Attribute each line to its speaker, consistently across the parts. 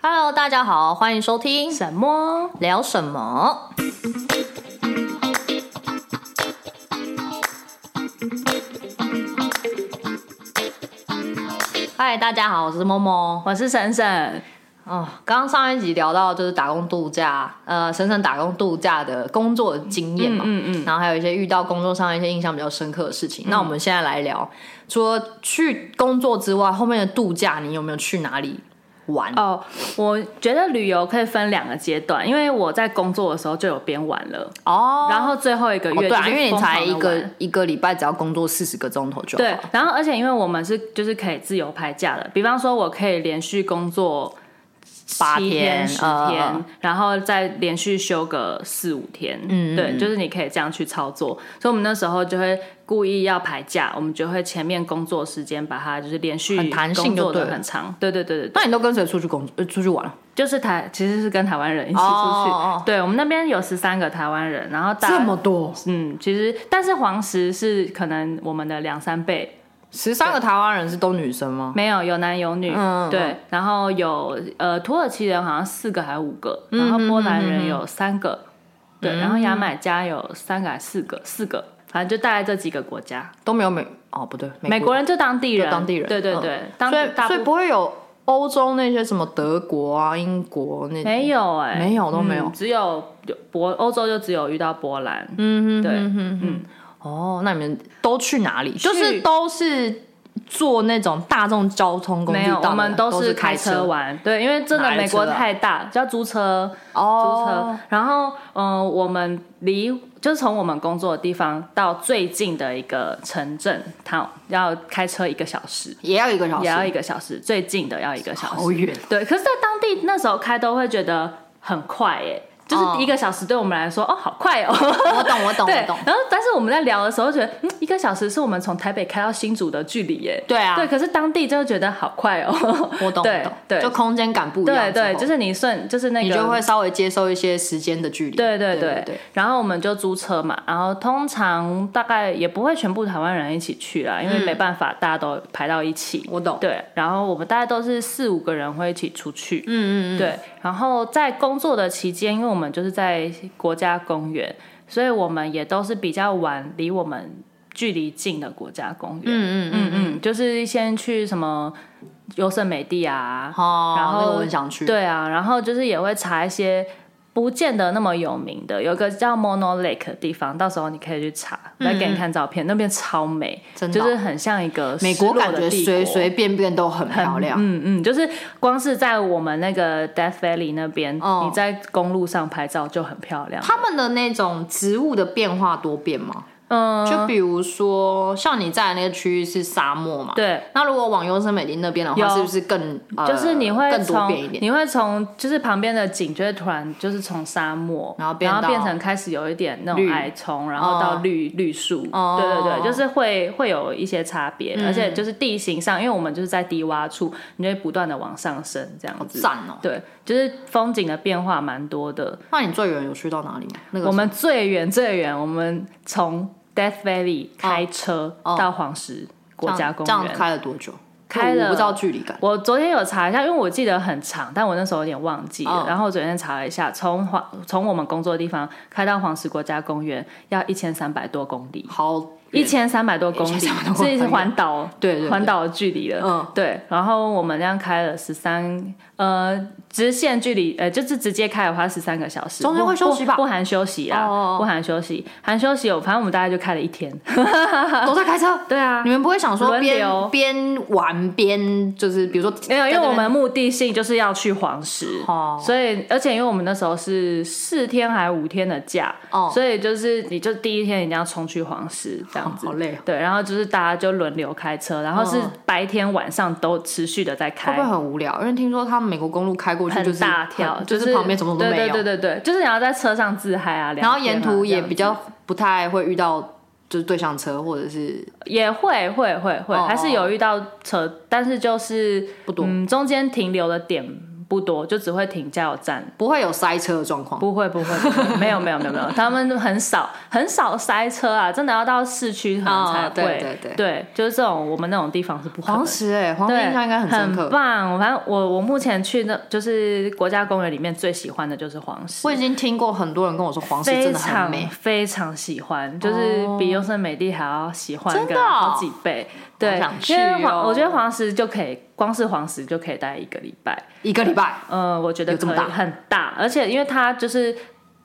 Speaker 1: Hello，大家好，欢迎收听
Speaker 2: 什么？
Speaker 1: 聊什么。嗨，大家好，我是默默。
Speaker 2: 我是沈沈。
Speaker 1: 哦，刚刚上一集聊到就是打工度假，呃，省省打工度假的工作经验嘛，
Speaker 2: 嗯嗯
Speaker 1: 然后还有一些遇到工作上一些印象比较深刻的事情。那我们现在来聊，除了去工作之外，后面的度假你有没有去哪里玩？
Speaker 2: 哦，我觉得旅游可以分两个阶段，因为我在工作的时候就有边玩了，
Speaker 1: 哦
Speaker 2: 然后最后一个
Speaker 1: 哦
Speaker 2: 月、
Speaker 1: 对啊，因为你才一个哦
Speaker 2: 玩。
Speaker 1: 一个礼拜只要工作四十个钟头就好
Speaker 2: 对
Speaker 1: 了，
Speaker 2: 然后而且因为我们是就是可以自由排假的，比方说我可以连续工作
Speaker 1: 八
Speaker 2: 七
Speaker 1: 天
Speaker 2: 十
Speaker 1: 呃
Speaker 2: 天，然后再连续休个四五天，
Speaker 1: 嗯
Speaker 2: 对，就是你可以这样去操作。所以我们那时候就会故意要排假，我们就会前面工作时间把它就是连续
Speaker 1: 很弹性
Speaker 2: 工作
Speaker 1: 就
Speaker 2: 的
Speaker 1: 对了
Speaker 2: 很长，对对对对对
Speaker 1: 那你都跟谁出去工作？呃出去玩？
Speaker 2: 就是台其实是跟台湾人一起出去，
Speaker 1: 哦哦哦
Speaker 2: 对我们那边有十三个台湾人，然后大
Speaker 1: 多，
Speaker 2: 嗯，其实但是黄石是可能我们的两三倍，
Speaker 1: 十三个台湾人是都女生吗？
Speaker 2: 没有有男有女，
Speaker 1: 嗯嗯
Speaker 2: 对，然后有呃土耳其人好像四个还是五个，
Speaker 1: 嗯
Speaker 2: 然后波兰人有三个，对，然后牙买加有三个还是四个，四个，反正就大概这几个国家，
Speaker 1: 都没有美哦，不对，
Speaker 2: 美国人就当地人，
Speaker 1: 当地人
Speaker 2: 对对
Speaker 1: 嗯
Speaker 2: 对，当
Speaker 1: 所
Speaker 2: 地
Speaker 1: 以
Speaker 2: 大
Speaker 1: 所以
Speaker 2: 部分
Speaker 1: 不会有欧洲那些什么德国啊、英国那
Speaker 2: 没有哎、
Speaker 1: 没有都没有
Speaker 2: 嗯只有有波欧洲就只有遇到波兰，嗯对，嗯。
Speaker 1: 哦，那你们都去哪里？
Speaker 2: 去
Speaker 1: 就是都是坐那种大众交通工具
Speaker 2: 没有，
Speaker 1: 到哪，
Speaker 2: 我们
Speaker 1: 都
Speaker 2: 是
Speaker 1: 开
Speaker 2: 开车玩。对，因为真的
Speaker 1: 哪来的
Speaker 2: 美国
Speaker 1: 车啊
Speaker 2: 太大，就要租车，租
Speaker 1: 哦
Speaker 2: 车。。然后，嗯、我们离就是从我们工作的地方到最近的一个城镇，它要开车一个小时，
Speaker 1: 也要一个小时，
Speaker 2: 也要一个小时，最近的要一个小
Speaker 1: 好
Speaker 2: 时。
Speaker 1: 远。
Speaker 2: 对，可是，在当地那时候开都会觉得很快耶、就是一个小时对我们来说，哦，好快 哦！
Speaker 1: 我哦懂，我懂，
Speaker 2: 对
Speaker 1: 我懂，。
Speaker 2: 然后，但是我们在聊的时候觉得，嗯，一个小时是我们从台北开到新竹的距离耶、
Speaker 1: 对啊，
Speaker 2: 对，可是当地就觉得好快哦。
Speaker 1: 我懂，
Speaker 2: 对
Speaker 1: 我懂
Speaker 2: 对
Speaker 1: 就空间感不一
Speaker 2: 对
Speaker 1: 样之后，
Speaker 2: 对，就是你顺，就是那个，
Speaker 1: 你就会稍微接受一些时间的距离。
Speaker 2: 对对
Speaker 1: 对
Speaker 2: 对
Speaker 1: 对，
Speaker 2: 然后我们就租车嘛，然后通常大概也不会全部台湾人一起去啦，因为没办法，大家都排到一起。
Speaker 1: 我懂。
Speaker 2: 对，然后我们大概都是四五个人会一起出去。
Speaker 1: 嗯嗯嗯，
Speaker 2: 对，然后在工作的期间，因为我们就是在国家公园，所以我们也都是比较晚离我们距离近的国家公园。
Speaker 1: 嗯嗯嗯，
Speaker 2: 嗯嗯，就是先去什么优胜美地啊，
Speaker 1: 哦，
Speaker 2: 然后
Speaker 1: 那个我很想去。
Speaker 2: 对啊，然后就是也会查一些不见得那么有名的，有一个叫 Mono Lake 的地方，到时候你可以去查，来给你看照片，那边超美，
Speaker 1: 嗯真的哦
Speaker 2: 就是很像一个
Speaker 1: 美
Speaker 2: 失落
Speaker 1: 国
Speaker 2: 的
Speaker 1: 感觉
Speaker 2: 帝
Speaker 1: 随
Speaker 2: 国
Speaker 1: 随便便都很漂亮。
Speaker 2: 嗯嗯，就是光是在我们那个 Death Valley 那边，
Speaker 1: 哦
Speaker 2: 你在公路上拍照就很漂亮。
Speaker 1: 他们的那种植物的变化多变吗？
Speaker 2: 嗯，
Speaker 1: 就比如说，像你在的那个区域是沙漠嘛，。
Speaker 2: 对，
Speaker 1: 那如果往优胜美地那边的话，
Speaker 2: 有
Speaker 1: 是不是更呃，
Speaker 2: 就是你会
Speaker 1: 更多
Speaker 2: 从
Speaker 1: 变一点？
Speaker 2: 你会从就是旁边的景就会突然就是从沙漠，
Speaker 1: 然
Speaker 2: 然
Speaker 1: 后变到
Speaker 2: 变成开始有一点那
Speaker 1: 绿
Speaker 2: 种矮丛，然后到绿、绿树，
Speaker 1: 哦嗯
Speaker 2: 对对对，就是会会有一些差别，而且就是地形上，因为我们就是在低洼处，你就会不断的往上升这样子。
Speaker 1: 赞哦！
Speaker 2: 对，就是风景的变化蛮多的。
Speaker 1: 那你最远有去到哪里吗？那个
Speaker 2: 我们最远最远，我们从 Death Valley 开车
Speaker 1: 哦
Speaker 2: 到黄石国
Speaker 1: 这
Speaker 2: 家
Speaker 1: 样
Speaker 2: 公
Speaker 1: 这样
Speaker 2: 园，
Speaker 1: 开了多久？
Speaker 2: 开
Speaker 1: 我
Speaker 2: 了
Speaker 1: 不知道距离感。
Speaker 2: 我昨天有查一下，因为我记得很长，但我那时候有点忘记了。
Speaker 1: 嗯
Speaker 2: 然后我昨天查了一下，从黄从我们工作的地方开到黄石国家公园要一千三百多公里，
Speaker 1: 好远，
Speaker 2: 一千三百多公里，
Speaker 1: 1300多公里
Speaker 2: 这是环岛
Speaker 1: 对对对
Speaker 2: 环岛的距离了。
Speaker 1: 嗯
Speaker 2: 对。然后我们这样开了十三呃直线距离，呃就是直接开的话十三个小时，
Speaker 1: 中间会休息吧
Speaker 2: 不不含休息啊，
Speaker 1: 哦哦哦
Speaker 2: 不含休息，含休息有，反正我们大概就开了一天。
Speaker 1: 都在开车。
Speaker 2: 对啊
Speaker 1: 你，们不会想说
Speaker 2: 轮
Speaker 1: 边
Speaker 2: 流
Speaker 1: 边玩边就是，比如说
Speaker 2: 没有，因为
Speaker 1: 在那边
Speaker 2: 我们目的性就是要去黄石，
Speaker 1: 哦
Speaker 2: 所以而且因为我们那时候是四天还五天的假，
Speaker 1: 哦
Speaker 2: 所以就是你就第一天一定要冲去黄石这样子，
Speaker 1: 好累哦
Speaker 2: 对，然后就是大家就轮流开车，然后是
Speaker 1: 嗯
Speaker 2: 白天晚上都持续的在开，
Speaker 1: 会不会很无聊？因为听说他们美国公路开过去就
Speaker 2: 很
Speaker 1: 是
Speaker 2: 大条，
Speaker 1: 很就是
Speaker 2: 是
Speaker 1: 旁边什么都没有，
Speaker 2: 对对对对对，就是你要在车上自嗨啊，聊天
Speaker 1: 然
Speaker 2: 啊
Speaker 1: 后沿途也
Speaker 2: 这样
Speaker 1: 比较不太会遇到就是对向车或者是
Speaker 2: 也会会会会，
Speaker 1: 哦
Speaker 2: 还是有遇到车，但是就是嗯
Speaker 1: 不多
Speaker 2: 嗯，中间停留的点不多，就只会停加油站，
Speaker 1: 不会有塞车的状况。
Speaker 2: 不会不会，不会没有没有没有没有，他们很少很少塞车啊，真的要到市区可能
Speaker 1: 哦
Speaker 2: 才会，
Speaker 1: 对对对
Speaker 2: 就是这种我们那种地方是不可能
Speaker 1: 黄。石哎、黄石
Speaker 2: 对，
Speaker 1: 印象应该很深刻。
Speaker 2: 棒。我反正我我目前去的，就是国家公园里面最喜欢的就是黄石
Speaker 1: 我，已经听过很多人跟我说黄石
Speaker 2: 非
Speaker 1: 真的很
Speaker 2: 常
Speaker 1: 美，
Speaker 2: 非常喜欢，就是比优胜美地还要喜欢
Speaker 1: 真的
Speaker 2: 个
Speaker 1: 哦
Speaker 2: 好几倍。对
Speaker 1: 想，去
Speaker 2: 因为
Speaker 1: 哦
Speaker 2: 黄，我觉得黄石就可以，光是黄石就可以待一个礼拜。
Speaker 1: 一个礼拜。
Speaker 2: 呃，我觉得
Speaker 1: 有这么
Speaker 2: 可以
Speaker 1: 大
Speaker 2: 很大，而且因为它就是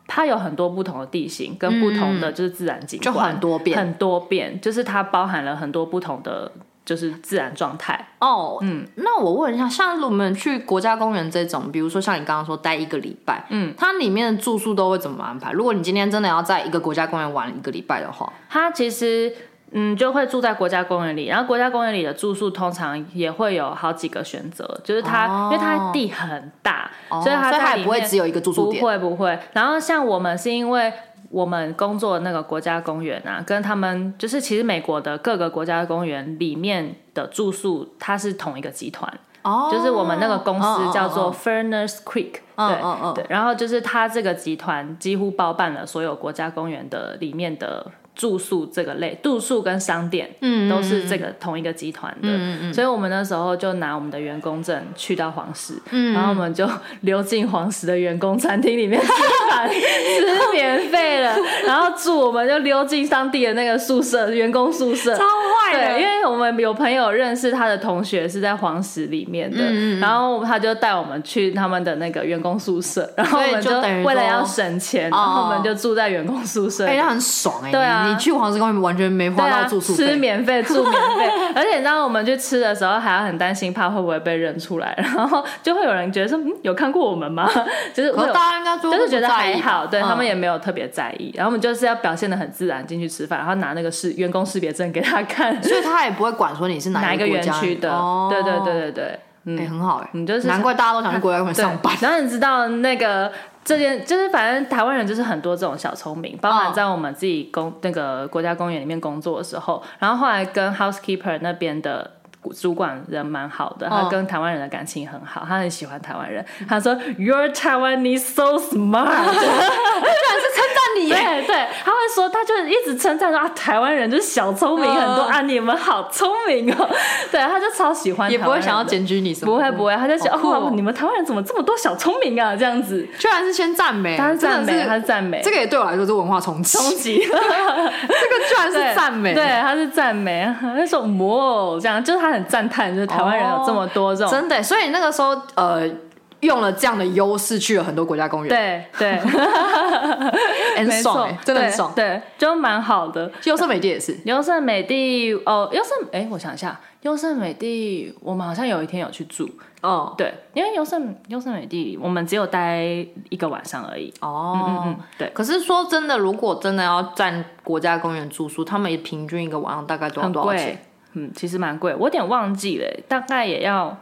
Speaker 2: 它有很多不同的地形跟不同的就是自然景
Speaker 1: 嗯就
Speaker 2: 观，
Speaker 1: 很多变
Speaker 2: 很多变，就是它包含了很多不同的就是自然状态。
Speaker 1: 哦，嗯，那我问一下，像我们去国家公园这种，比如说像你刚刚说待一个礼拜，嗯，它里面的住宿都会怎么安排？如果你今天真的要在一个国家公园玩一个礼拜的话，
Speaker 2: 它其实。嗯，就会住在国家公园里，然后国家公园里的住宿通常也会有好几个选择，就是它，因为它地很大，哦所以
Speaker 1: 哦所
Speaker 2: 它
Speaker 1: 以
Speaker 2: 在
Speaker 1: 它
Speaker 2: 里
Speaker 1: 也不会
Speaker 2: 面
Speaker 1: 只有一个住宿
Speaker 2: 不
Speaker 1: 点。
Speaker 2: 会不会。然后像我们是因为我们工作的那个国家公园啊，跟他们就是其实美国的各个国家公园里面的住宿，它是同一个集团，
Speaker 1: 哦
Speaker 2: 就是我们那个公司叫做
Speaker 1: 嗯
Speaker 2: Furnace Creek，、
Speaker 1: 嗯
Speaker 2: 对、
Speaker 1: 嗯嗯
Speaker 2: 对。然后就是它这个集团几乎包办了所有国家公园的里面的。住宿这个类，住宿跟商店，嗯，都是这个同一个集团的，嗯嗯所以我们那时候就拿我们的员工证去到黄石，嗯，然后我们就溜进黄石的员工餐厅里面吃饭，吃免费的，然后住我们就溜进当地的那个宿舍，员工宿舍，
Speaker 1: 超坏的，
Speaker 2: 对，因为我们有朋友认识他的同学是在黄石里面的，
Speaker 1: 嗯
Speaker 2: 然后他就带我们去他们的那个员工宿舍，然后我们
Speaker 1: 所以就等于说哦
Speaker 2: 为了要省钱，然后我们就住在员工宿舍。
Speaker 1: 哎、那很爽哎、
Speaker 2: 对啊
Speaker 1: 你你去黄石公园完全没
Speaker 2: 对
Speaker 1: 花
Speaker 2: 啊，
Speaker 1: 到住宿
Speaker 2: 吃
Speaker 1: 费，
Speaker 2: 免费住免 费，而且你知道我们去吃的时候还要很担心，怕会不会被认出来， 然后就会有人觉得说，嗯，有看过我们吗？ 就是
Speaker 1: 可
Speaker 2: 会
Speaker 1: 是
Speaker 2: 有
Speaker 1: 大家应该都
Speaker 2: 就是觉得
Speaker 1: 不在
Speaker 2: 还
Speaker 1: 意
Speaker 2: 好，对、
Speaker 1: 嗯
Speaker 2: 他们也没有特别在意。然后我们就是要表现的很自然进去吃饭，然后拿那个识员工识别证给他看，
Speaker 1: 所以他也不会管说你是
Speaker 2: 哪
Speaker 1: 哪
Speaker 2: 一
Speaker 1: 一
Speaker 2: 个
Speaker 1: 国
Speaker 2: 园
Speaker 1: 家
Speaker 2: 区的，
Speaker 1: 哦、
Speaker 2: 对对对对对，嗯，
Speaker 1: 哎、很好哎、
Speaker 2: 你就是
Speaker 1: 难怪大家都想去国家公园
Speaker 2: 对
Speaker 1: 上 班。。
Speaker 2: 然后你知道那个这件，就是反正台湾人就是很多这种小聪明，
Speaker 1: 哦
Speaker 2: 包含在我们自己公、那个国家公园里面工作的时候，然后后来跟 housekeeper 那边的。主管人蛮好的，他
Speaker 1: 嗯
Speaker 2: 跟台湾人的感情很好，他很喜欢台湾人。他说，Your Taiwanese so smart，啊
Speaker 1: 但你
Speaker 2: 对对，他会说，他就一直称赞说啊，台湾人就是小聪明
Speaker 1: 嗯
Speaker 2: 很多、啊，你们好聪明哦。对，他就超喜欢，
Speaker 1: 也不会想要，检举你什么，
Speaker 2: 不会不会，他就觉得、
Speaker 1: 好酷哦
Speaker 2: 哇，你们台湾人怎么这么多小聪明啊？这样子，
Speaker 1: 居然是先赞美，
Speaker 2: 他是赞
Speaker 1: 真
Speaker 2: 美，他
Speaker 1: 的
Speaker 2: 是赞美，
Speaker 1: 是这个也对我来说是文化冲击，
Speaker 2: 终极
Speaker 1: 这个居然是赞美，
Speaker 2: 对，他是赞美，他说哇，这样就是他很赞叹，就是台湾人有这么多这种。
Speaker 1: 真的。所以那个时候，呃，用了这样的优势去了很多国家公园，
Speaker 2: 对对，
Speaker 1: 哎，很
Speaker 2: 没错
Speaker 1: 爽哎，，真的很
Speaker 2: 对
Speaker 1: 爽。
Speaker 2: 对，就蛮好的。
Speaker 1: 优胜美地也是，
Speaker 2: 优胜美地哦，优胜哎，我想一下，优胜美地，我们好像有一天有去住，
Speaker 1: 哦
Speaker 2: 对，因为优胜优胜美地，我们只有待一个晚上而已。嗯
Speaker 1: 哦
Speaker 2: 嗯，，对，
Speaker 1: 可是说真的，如果真的要占国家公园住宿，他们平均一个晚上大概多少
Speaker 2: 很
Speaker 1: 多少钱
Speaker 2: 贵？，嗯，其实蛮贵，我有点忘记了，大概也要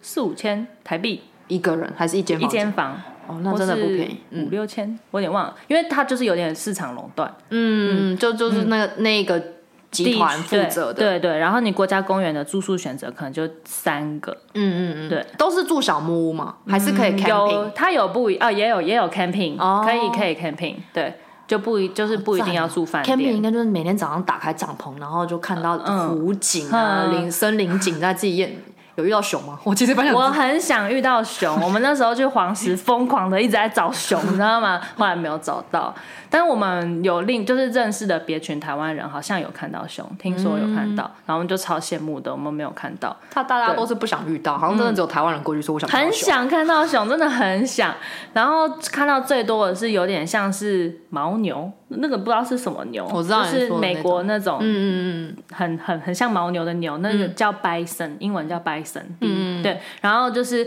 Speaker 2: 四五千台币
Speaker 1: 一个人还是一间
Speaker 2: 一
Speaker 1: 房间？
Speaker 2: 间房，
Speaker 1: 哦，那真的不便宜。
Speaker 2: 五六千，我有点忘了，因为它就是有点市场垄断，
Speaker 1: 嗯，就就是那个那个集团负责的，
Speaker 2: 对对对。然后你国家公园的住宿选择可能就三个，
Speaker 1: 嗯嗯嗯，
Speaker 2: 对，
Speaker 1: 都是住小木屋嘛，还是可以 camping，
Speaker 2: 有它有不一啊，也有也有 camping，、
Speaker 1: 哦
Speaker 2: 可以可以 camping，对，就不一就是不一定要住饭
Speaker 1: camping
Speaker 2: 店。
Speaker 1: 应该哦就是每天早上打开帐篷，然后就看到湖景啊、
Speaker 2: 嗯
Speaker 1: 林森林景在自己眼。有遇到熊吗？ 我其实蛮想知
Speaker 2: 我
Speaker 1: 道，
Speaker 2: 很想遇到 熊，我们那时候去黄石疯狂的一直在找熊， 你知道吗？后来没有找到，但我们有另就是认识的别群台湾人好像有看到熊，听说有看到，然后我们就超羡慕的，我们没有看到。
Speaker 1: 他大家都是不想遇到，好像真的只有台湾人过去说我想看到
Speaker 2: 很
Speaker 1: 熊
Speaker 2: 想看到熊，真的很想。然后看到最多的是有点像是牦牛，那个不知道是什么牛，
Speaker 1: 我知道你
Speaker 2: 就是
Speaker 1: 说的那
Speaker 2: 美国那种，嗯
Speaker 1: 嗯
Speaker 2: 嗯嗯，很很很像牦牛的牛，那个叫 bison，、英文叫 bison，嗯，对。然后就是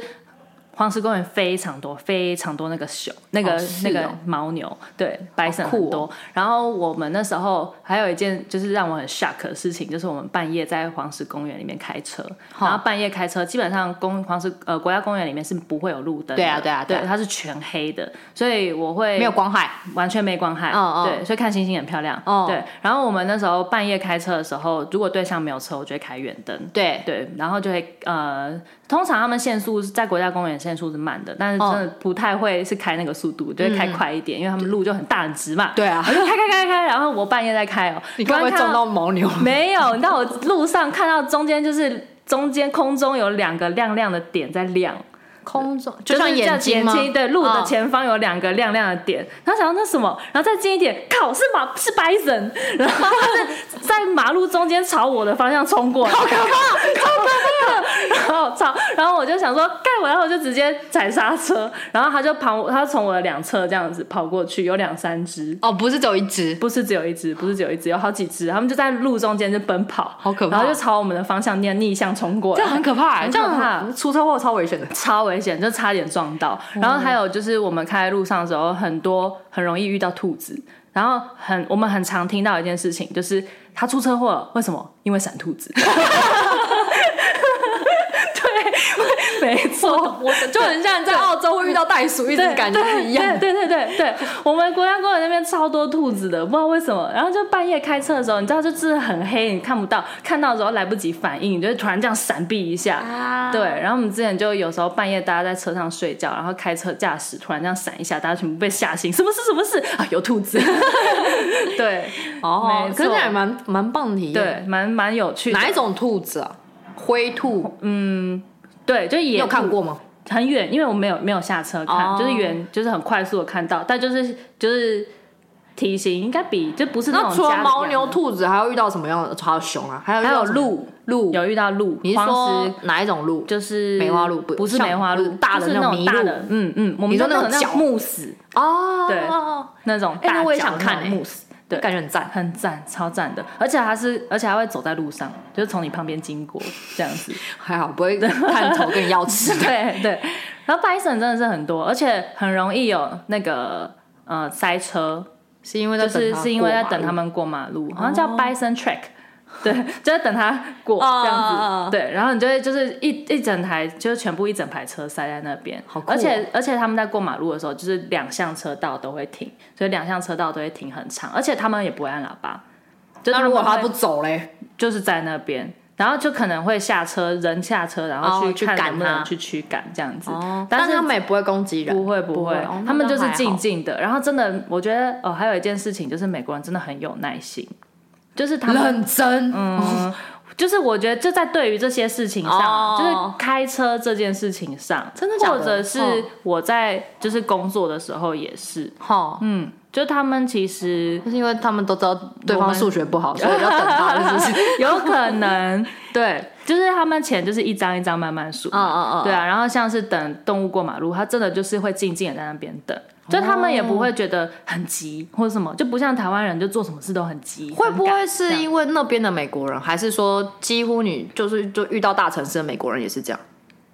Speaker 2: 黄石公园非常多，非常多那个熊，那个、
Speaker 1: 哦是哦
Speaker 2: 那个牦牛，对，bison
Speaker 1: 好酷哦
Speaker 2: 很多。然后我们那时候还有一件就是让我很 shock 的事情，就是我们半夜在黄石公园里面开车，然后半夜开车，基本上公黄石呃国家公园里面是不会有路灯的，
Speaker 1: 对啊对啊对啊
Speaker 2: 对它是全黑的，所以我会
Speaker 1: 没有光害，
Speaker 2: 完全没光害，
Speaker 1: 嗯嗯
Speaker 2: 对，所以看星星很漂亮，
Speaker 1: 哦
Speaker 2: 对。然后我们那时候半夜开车的时候，如果对象没有车，我就会开远灯，
Speaker 1: 对，
Speaker 2: 对，然后就会呃通常他们限速是在国家公园限速是慢的，但是
Speaker 1: 哦
Speaker 2: 真的不太会是开那个速度，就会开快一点，因为他们路就很大很直嘛。
Speaker 1: 嗯对啊
Speaker 2: 我就开开开开，然后我半夜在开哦、
Speaker 1: 你该不会
Speaker 2: 突
Speaker 1: 撞
Speaker 2: 然看到
Speaker 1: 到牦牛？
Speaker 2: 没有，你知道我路上看到中间就是中间空中有两个亮亮的点在亮，
Speaker 1: 空中
Speaker 2: 就
Speaker 1: 就像
Speaker 2: 是
Speaker 1: 眼睛吗？
Speaker 2: 对，路的
Speaker 1: 哦
Speaker 2: 前方有两个亮亮的点，然后想到那什么，然后再近一点，靠，是马是白人，然后 他是在马路中间朝我的方向冲过来，好可怕，然后操，然后我就想说盖我，然后我就直接踩刹车，然后他就旁我，他从我的两侧这样子跑过去，有两三只。
Speaker 1: 哦，不是只有一只，
Speaker 2: 不是只有一只，不是只有一只，有好几只，他们就在路中间就奔跑，
Speaker 1: 好可怕
Speaker 2: 然后就朝我们的方向逆逆向冲过
Speaker 1: 这
Speaker 2: 来，
Speaker 1: 样很可怕欸，
Speaker 2: 很
Speaker 1: 这
Speaker 2: 可怕
Speaker 1: 样出车祸超危险的。
Speaker 2: 超危险，就差点撞到。然后还有就是我们开在路上的时候，很多很容易遇到兔子。然后很我们很常听到一件事情，就是他出车祸了，为什么？因为闪兔子。对，没错，
Speaker 1: 我就很像在澳洲会遇到袋鼠，一直感觉是一样的。
Speaker 2: 对对对对对，我们国家公园那边超多兔子的，不知道为什么。然后就半夜开车的时候，你知道，就是很黑，你看不到，看到的时候来不及反应，你就会突然这样闪避一下。
Speaker 1: 啊
Speaker 2: 对，然后我们之前就有时候半夜大家在车上睡觉，然后开车驾驶突然这样闪一下，大家全部被吓醒，什么事？什么事啊？有兔子。 对
Speaker 1: 哦
Speaker 2: 没，错
Speaker 1: 可是那也蛮蛮棒的体验。，
Speaker 2: 对，蛮蛮有趣的。
Speaker 1: 哪一种兔子啊？灰兔，
Speaker 2: 对，就
Speaker 1: 你
Speaker 2: 也
Speaker 1: 有看过吗？
Speaker 2: 很远，因为我没有没有下车看，
Speaker 1: 哦
Speaker 2: 就是远，就是很快速的看到，但就是就是体型应该比就不是
Speaker 1: 那
Speaker 2: 种
Speaker 1: 除了
Speaker 2: 家里
Speaker 1: 牦
Speaker 2: 养
Speaker 1: 牛、
Speaker 2: 的，
Speaker 1: 兔子，还有遇到什么样的？还有熊啊，还有遇
Speaker 2: 还有
Speaker 1: 到什么
Speaker 2: 鹿，
Speaker 1: 鹿。
Speaker 2: 有遇到鹿，
Speaker 1: 你是
Speaker 2: 黄
Speaker 1: 说
Speaker 2: 石
Speaker 1: 哪一种鹿？
Speaker 2: 就是
Speaker 1: 梅花鹿不
Speaker 2: 不是
Speaker 1: 像
Speaker 2: 梅花
Speaker 1: 不
Speaker 2: 鹿，
Speaker 1: 是大的
Speaker 2: 就是
Speaker 1: 那
Speaker 2: 那
Speaker 1: 种
Speaker 2: 种
Speaker 1: 麋
Speaker 2: 大
Speaker 1: 鹿
Speaker 2: 的，嗯嗯，我们
Speaker 1: 你说
Speaker 2: 那
Speaker 1: 那种
Speaker 2: 叫
Speaker 1: 角
Speaker 2: 慕斯
Speaker 1: 哦，
Speaker 2: 对那种
Speaker 1: 哎
Speaker 2: 大
Speaker 1: 那我也
Speaker 2: 脚
Speaker 1: 想看
Speaker 2: 那种
Speaker 1: 哎
Speaker 2: 慕斯，对，
Speaker 1: 感觉很赞。
Speaker 2: 很赞，超赞的，而且还是，而且还会走在路上，就是从你旁边经过这样 子。
Speaker 1: 还好不会探头跟你要吃的。
Speaker 2: 对对，然后 Bison 真的是很多，而且很容易有那个呃塞车，
Speaker 1: 是因为在
Speaker 2: 就
Speaker 1: 等
Speaker 2: 是
Speaker 1: 他
Speaker 2: 是因为在
Speaker 1: 过马路
Speaker 2: 等
Speaker 1: 哦
Speaker 2: 他们过马路，好像叫 Bison Track，、对， 就在等他过
Speaker 1: 哦
Speaker 2: 这样子。
Speaker 1: 哦哦
Speaker 2: 对，然后你就会就是一一整台，就是全部一整排车塞在那边，
Speaker 1: 好酷哦
Speaker 2: 而且而且他们在过马路的时候，就是两项车道都会停，所以两项车道都会停很长，而且他们也不会按喇叭。就
Speaker 1: 那如果
Speaker 2: 们
Speaker 1: 他
Speaker 2: 会
Speaker 1: 不走嘞，
Speaker 2: 就是在那边，然后就可能会下车，人下车，然后
Speaker 1: 哦
Speaker 2: 去
Speaker 1: 去
Speaker 2: 看
Speaker 1: 赶
Speaker 2: 能不能
Speaker 1: 他
Speaker 2: 去驱赶这样子。但
Speaker 1: 哦但
Speaker 2: 是
Speaker 1: 他们也不会攻击人，
Speaker 2: 不会不会，
Speaker 1: 哦那
Speaker 2: 他们就
Speaker 1: 那
Speaker 2: 是
Speaker 1: 还好
Speaker 2: 静静的。然后真的，我觉得哦，还有一件事情就是美国人真的很有耐心，就是他们。
Speaker 1: 认真。
Speaker 2: 嗯， 就是我觉得就在对于这些事情上，
Speaker 1: 哦
Speaker 2: 就是开车这件事情上，
Speaker 1: 真的假的
Speaker 2: 或者是
Speaker 1: 哦
Speaker 2: 我在就是工作的时候也是，
Speaker 1: 好，
Speaker 2: 嗯，就他们其实
Speaker 1: 就是因为他们都知道对方数学不好，所以要等他了，是不 是？
Speaker 2: 有可能，对，就是他们钱就是一张一张慢慢数，
Speaker 1: 嗯嗯嗯
Speaker 2: 对啊，然后像是等动物过马路，它真的就是会静静的在那边等，
Speaker 1: 哦
Speaker 2: 就他们也不会觉得很急或者什么，就不像台湾人就做什么事都很急，
Speaker 1: 会不
Speaker 2: 很赶
Speaker 1: 会是因为那边的美国人，还是说几乎你就是就遇到大城市的美国人也是这样？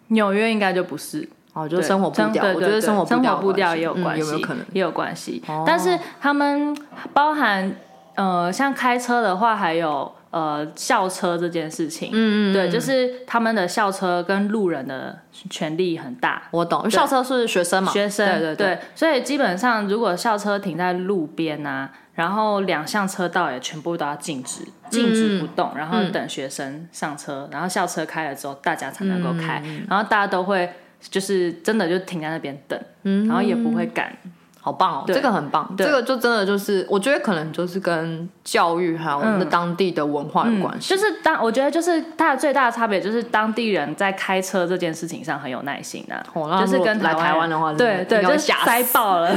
Speaker 2: 纽约应该就不是？
Speaker 1: 哦，就
Speaker 2: 对
Speaker 1: 是生活步
Speaker 2: 生
Speaker 1: 调，
Speaker 2: 对
Speaker 1: 我
Speaker 2: 对
Speaker 1: 觉得
Speaker 2: 对
Speaker 1: 活
Speaker 2: 生活
Speaker 1: 调
Speaker 2: 步
Speaker 1: 步
Speaker 2: 调也有关
Speaker 1: 关
Speaker 2: 系，
Speaker 1: 系，嗯有没有可能？哦
Speaker 2: 也有关系？但是他们包含呃，像开车的话，还有呃校车这件事情，嗯嗯对，就是他们的校车跟路人的权利很大，
Speaker 1: 我懂，因为校车是学生嘛，
Speaker 2: 学生
Speaker 1: 对对对，
Speaker 2: 所以基本上如果校车停在路边啊，然后两项车道也全部都要静止，静止不
Speaker 1: 嗯
Speaker 2: 动，然后等学生上车，然后校车开了之后，大家才能够
Speaker 1: 嗯
Speaker 2: 开，然后大家都会就是真的就停在那边等，
Speaker 1: 嗯
Speaker 2: 然后也不会赶，
Speaker 1: 好棒哦，这个很棒，
Speaker 2: 对
Speaker 1: 这个就真的就是，我觉得可能就是跟教育还有我们的当地的文化有关系。
Speaker 2: 就是当我觉得就是它的最大的差别就是当地人在开车这件事情上很有耐心的、
Speaker 1: 哦那
Speaker 2: 就
Speaker 1: 如
Speaker 2: 是
Speaker 1: 果
Speaker 2: 跟
Speaker 1: 来
Speaker 2: 台
Speaker 1: 台湾的话
Speaker 2: 对
Speaker 1: 真的
Speaker 2: 对，
Speaker 1: 应该会
Speaker 2: 就
Speaker 1: 吓死
Speaker 2: 塞 爆了。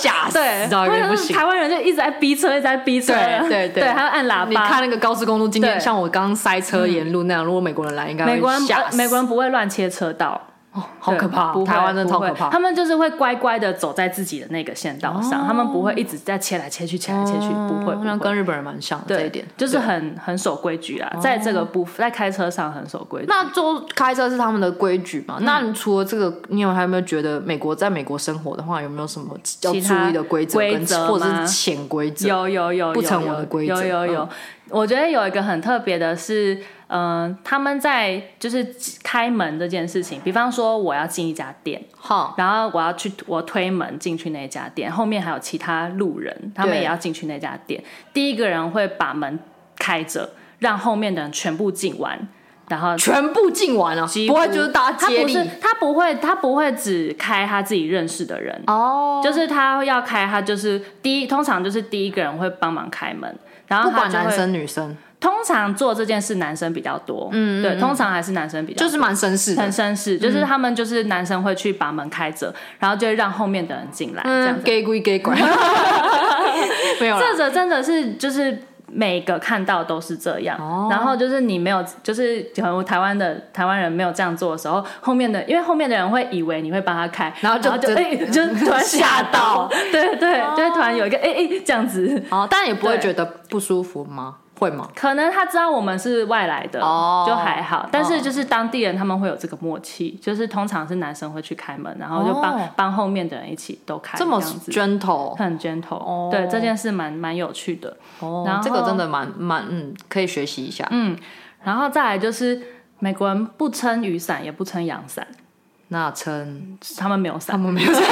Speaker 1: 吓死，
Speaker 2: 嗯 对，
Speaker 1: 到一
Speaker 2: 或
Speaker 1: 个
Speaker 2: 者
Speaker 1: 不
Speaker 2: 是
Speaker 1: 行。
Speaker 2: 台湾人就一直在逼车，一直在逼车，
Speaker 1: 对对对
Speaker 2: 对，还要按喇叭。
Speaker 1: 你看那个高速公路，今天
Speaker 2: 对嗯
Speaker 1: 像我刚刚塞车沿路那样，如果美国人来，应该
Speaker 2: 美国
Speaker 1: 会
Speaker 2: 人
Speaker 1: 吓
Speaker 2: 呃
Speaker 1: 死。
Speaker 2: 美国人不会乱切车道，
Speaker 1: 好可怕
Speaker 2: 对不，会
Speaker 1: 台湾真的超
Speaker 2: 不会
Speaker 1: 可怕哦
Speaker 2: 他。们就是会乖乖的走在自己的那个线道上，他们不会一直在切来切去、切来切去，不会，
Speaker 1: 好
Speaker 2: 不
Speaker 1: 像
Speaker 2: 会。
Speaker 1: 跟日本人蛮像哦的这
Speaker 2: 对
Speaker 1: 一点，，哦
Speaker 2: 就是很很守规矩啦，在这个部分，在开车上很守规矩。
Speaker 1: 那就开车是他们的规矩嘛。那你除了这个，你有还有没有觉得美国在美国生活的话，有没有什么要注
Speaker 2: 其他
Speaker 1: 意的规则
Speaker 2: 规
Speaker 1: 跟
Speaker 2: 则
Speaker 1: 或者
Speaker 2: 吗
Speaker 1: 是潜规则？
Speaker 2: 有有有
Speaker 1: 不
Speaker 2: 有
Speaker 1: 成
Speaker 2: 有
Speaker 1: 文的规
Speaker 2: 有
Speaker 1: 则
Speaker 2: 有有，嗯我觉得有一个很特别的是，嗯，他们在就是开门这件事情，比方说我要进一家店，
Speaker 1: 哈，
Speaker 2: 然后我要去，我推门进去那家店，后面还有其他路人，他们
Speaker 1: 对
Speaker 2: 也要进去那家店。第一个人会把门开着，让后面的人全部进完。然后
Speaker 1: 全部进完了，
Speaker 2: 几
Speaker 1: 不
Speaker 2: 乎
Speaker 1: 会就是大家
Speaker 2: 哦他
Speaker 1: 接
Speaker 2: 不
Speaker 1: 力
Speaker 2: 是他不会他不会只开他自己认识的人，
Speaker 1: 哦，
Speaker 2: 就是他要开他就是第一，通常就是第一个人会帮忙开门，然后
Speaker 1: 不
Speaker 2: 他
Speaker 1: 管
Speaker 2: 就
Speaker 1: 男
Speaker 2: 会
Speaker 1: 生女生，
Speaker 2: 通常做这件事男生比较多，嗯，对，通常还是男生比较
Speaker 1: 就是蛮绅士
Speaker 2: 很
Speaker 1: 的，
Speaker 2: 绅士，就是他们就是男生会去把门开着，然后就会让后面的人进来，这
Speaker 1: 嗯
Speaker 2: 样子。
Speaker 1: ，gay 归 gay 管，没有啦，
Speaker 2: 这个真的是就是每个看到都是这样，
Speaker 1: 哦
Speaker 2: 然后就是你没有，就是可能台湾的台湾人没有这样做的时候，后面的因为后面的人会以为你会帮他开，
Speaker 1: 然后就
Speaker 2: 就
Speaker 1: 真
Speaker 2: 哎、 就突然吓到，对对，就会突然有一个哎哎、这样子，
Speaker 1: 哦，但也不会
Speaker 2: 对
Speaker 1: 觉得不舒服吗？会吗？
Speaker 2: 可能他知道我们是外来的，
Speaker 1: 哦
Speaker 2: 就还好。但是就是当地人他们会有这个默契，就是通常是男生会去开门，然后就帮、
Speaker 1: 哦
Speaker 2: 帮后面的人一起都开，
Speaker 1: 这么哦
Speaker 2: 样子
Speaker 1: gentle，
Speaker 2: 很 gentle、对这件事蛮蛮有趣的。然
Speaker 1: 哦
Speaker 2: 后，
Speaker 1: 这个真的蛮蛮嗯，可以学习一下。嗯，
Speaker 2: 然后再来就是美国人不撑雨伞，也不撑阳伞，
Speaker 1: 那称
Speaker 2: 他们没有
Speaker 1: 他
Speaker 2: 伞，
Speaker 1: 们没有这样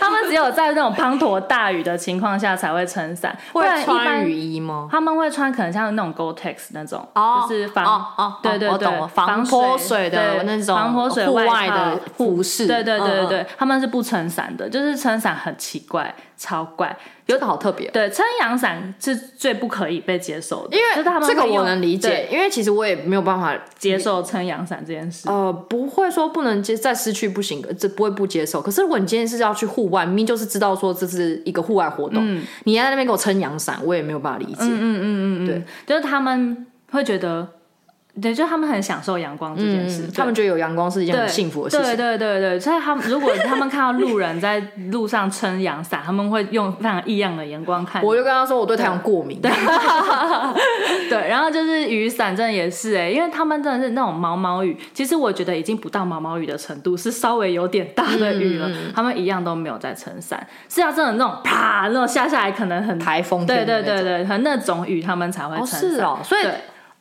Speaker 2: 他们只有在那种滂沱大雨的情况下才会 撑伞，不然
Speaker 1: 会
Speaker 2: 一
Speaker 1: 穿
Speaker 2: 般
Speaker 1: 雨衣吗？
Speaker 2: 他们会穿可能像那种 Gore-Tex 那种，
Speaker 1: 哦
Speaker 2: 就是防
Speaker 1: 哦哦哦
Speaker 2: 对对
Speaker 1: 我
Speaker 2: 对
Speaker 1: 懂了，防泼水的
Speaker 2: 对
Speaker 1: 那种
Speaker 2: 防泼水
Speaker 1: 户
Speaker 2: 外
Speaker 1: 外的
Speaker 2: 套
Speaker 1: 服饰
Speaker 2: 对对对对对，
Speaker 1: 嗯
Speaker 2: 他们是不撑伞的，就是撑伞很奇怪，超怪。
Speaker 1: 有点好特别。哦
Speaker 2: 对，撑阳伞是最不可以被接受的，
Speaker 1: 因
Speaker 2: 就是他
Speaker 1: 为
Speaker 2: 们
Speaker 1: 这个
Speaker 2: 会用
Speaker 1: 我能理
Speaker 2: 对
Speaker 1: 解，因为其实我也没有办法
Speaker 2: 接受撑阳伞这件事。
Speaker 1: 呃，不会说不能接，再失去不行，这不会不接受。可是如果你今天是要去户外，明明就是知道说这是一个户外活动，
Speaker 2: 嗯
Speaker 1: 你在那边给我撑阳伞，我也没有办法理解。
Speaker 2: 就是他们会觉得，对，就他们很享受阳光这件事，
Speaker 1: 嗯
Speaker 2: 对
Speaker 1: 他们觉得有阳光是一件很幸福的事情。
Speaker 2: 对对对对，所以他们如果他们看到路人在路上撑阳伞，他们会用非常异样的眼光看你。
Speaker 1: 我就跟他说我对太阳过敏，
Speaker 2: 对，然后就是雨伞，真的也是哎、因为他们真的是那种毛毛雨，其实我觉得已经不到毛毛雨的程度，是稍微有点大的雨了，他们一样都没有在撑伞，是要真的那种啪，那种下下来可能很
Speaker 1: 台风
Speaker 2: 对
Speaker 1: 天的
Speaker 2: 对
Speaker 1: 那种
Speaker 2: 对对，很那种雨他们才会撑
Speaker 1: 哦
Speaker 2: 伞、
Speaker 1: 是哦，所以
Speaker 2: 对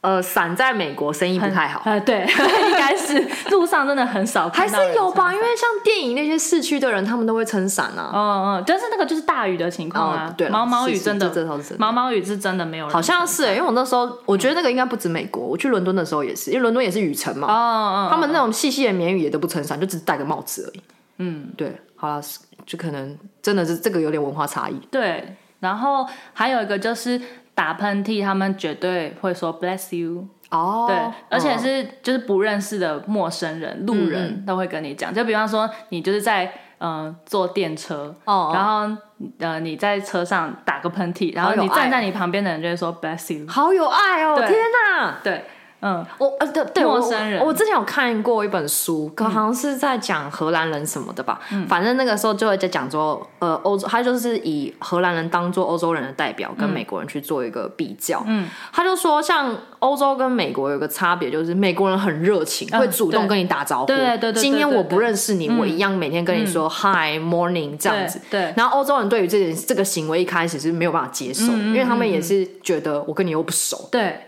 Speaker 1: 呃，伞在美国生意不太好，
Speaker 2: 呃，对， 应该是路上真的很少
Speaker 1: 还
Speaker 2: 看
Speaker 1: 是
Speaker 2: 到人
Speaker 1: 有吧？
Speaker 2: 撑
Speaker 1: 因为像电影那些市区的人，他们都会撑伞啊。
Speaker 2: 嗯嗯，但是那个就是大雨的情况啊
Speaker 1: 哦，对了
Speaker 2: 毛毛雨
Speaker 1: 是是
Speaker 2: 真的，
Speaker 1: 这这倒是真的
Speaker 2: 毛毛雨是真的没有人，
Speaker 1: 好像是、因为我那时候我觉得那个应该不止美国，我去伦敦的时候也是，因为伦敦也是雨城嘛，
Speaker 2: 哦哦，
Speaker 1: 他们那种细细的棉雨也都不撑伞，就只戴个帽子而已。嗯，对，好了，是就可能真的是这个有点文化差异。
Speaker 2: 对，然后还有一个就是打喷嚏，他们绝对会说 bless you，
Speaker 1: 哦
Speaker 2: 对，而且是就是不认识的陌生人、路
Speaker 1: 嗯
Speaker 2: 人都会跟你讲，就比方说你就是在。嗯，坐电车，
Speaker 1: 哦
Speaker 2: 然后呃，你在车上打个喷嚏，然
Speaker 1: 好
Speaker 2: 后
Speaker 1: 有
Speaker 2: 你
Speaker 1: 爱
Speaker 2: 站
Speaker 1: 哦
Speaker 2: 在你旁边的人就会说 bless you，
Speaker 1: 好有爱哦！
Speaker 2: 对
Speaker 1: 天哪，
Speaker 2: 对，嗯，
Speaker 1: 我呃对对，
Speaker 2: 陌
Speaker 1: 我
Speaker 2: 生人嗯
Speaker 1: 我。我之前有看过一本书，可好像是在讲荷兰人什么的吧。反正那个时候就有在讲说，呃，欧洲，他就是以荷兰人当做欧洲人的代表，
Speaker 2: 嗯
Speaker 1: 跟美国人去做一个比较。嗯，他就说，像欧洲跟美国有个差别，就是美国人很热情，会主动
Speaker 2: 对
Speaker 1: 跟你打招呼。
Speaker 2: 嗯对对对对对
Speaker 1: 今天
Speaker 2: 对
Speaker 1: 我
Speaker 2: 对
Speaker 1: 不认识你，我一样每天跟你说 Hi Morning 这样
Speaker 2: 对
Speaker 1: 子。
Speaker 2: 对，
Speaker 1: 然后欧洲人对于这件这个行为一开始是没有办法接受，因
Speaker 2: 嗯
Speaker 1: 为他们也是觉得我跟你又不熟，
Speaker 2: 对，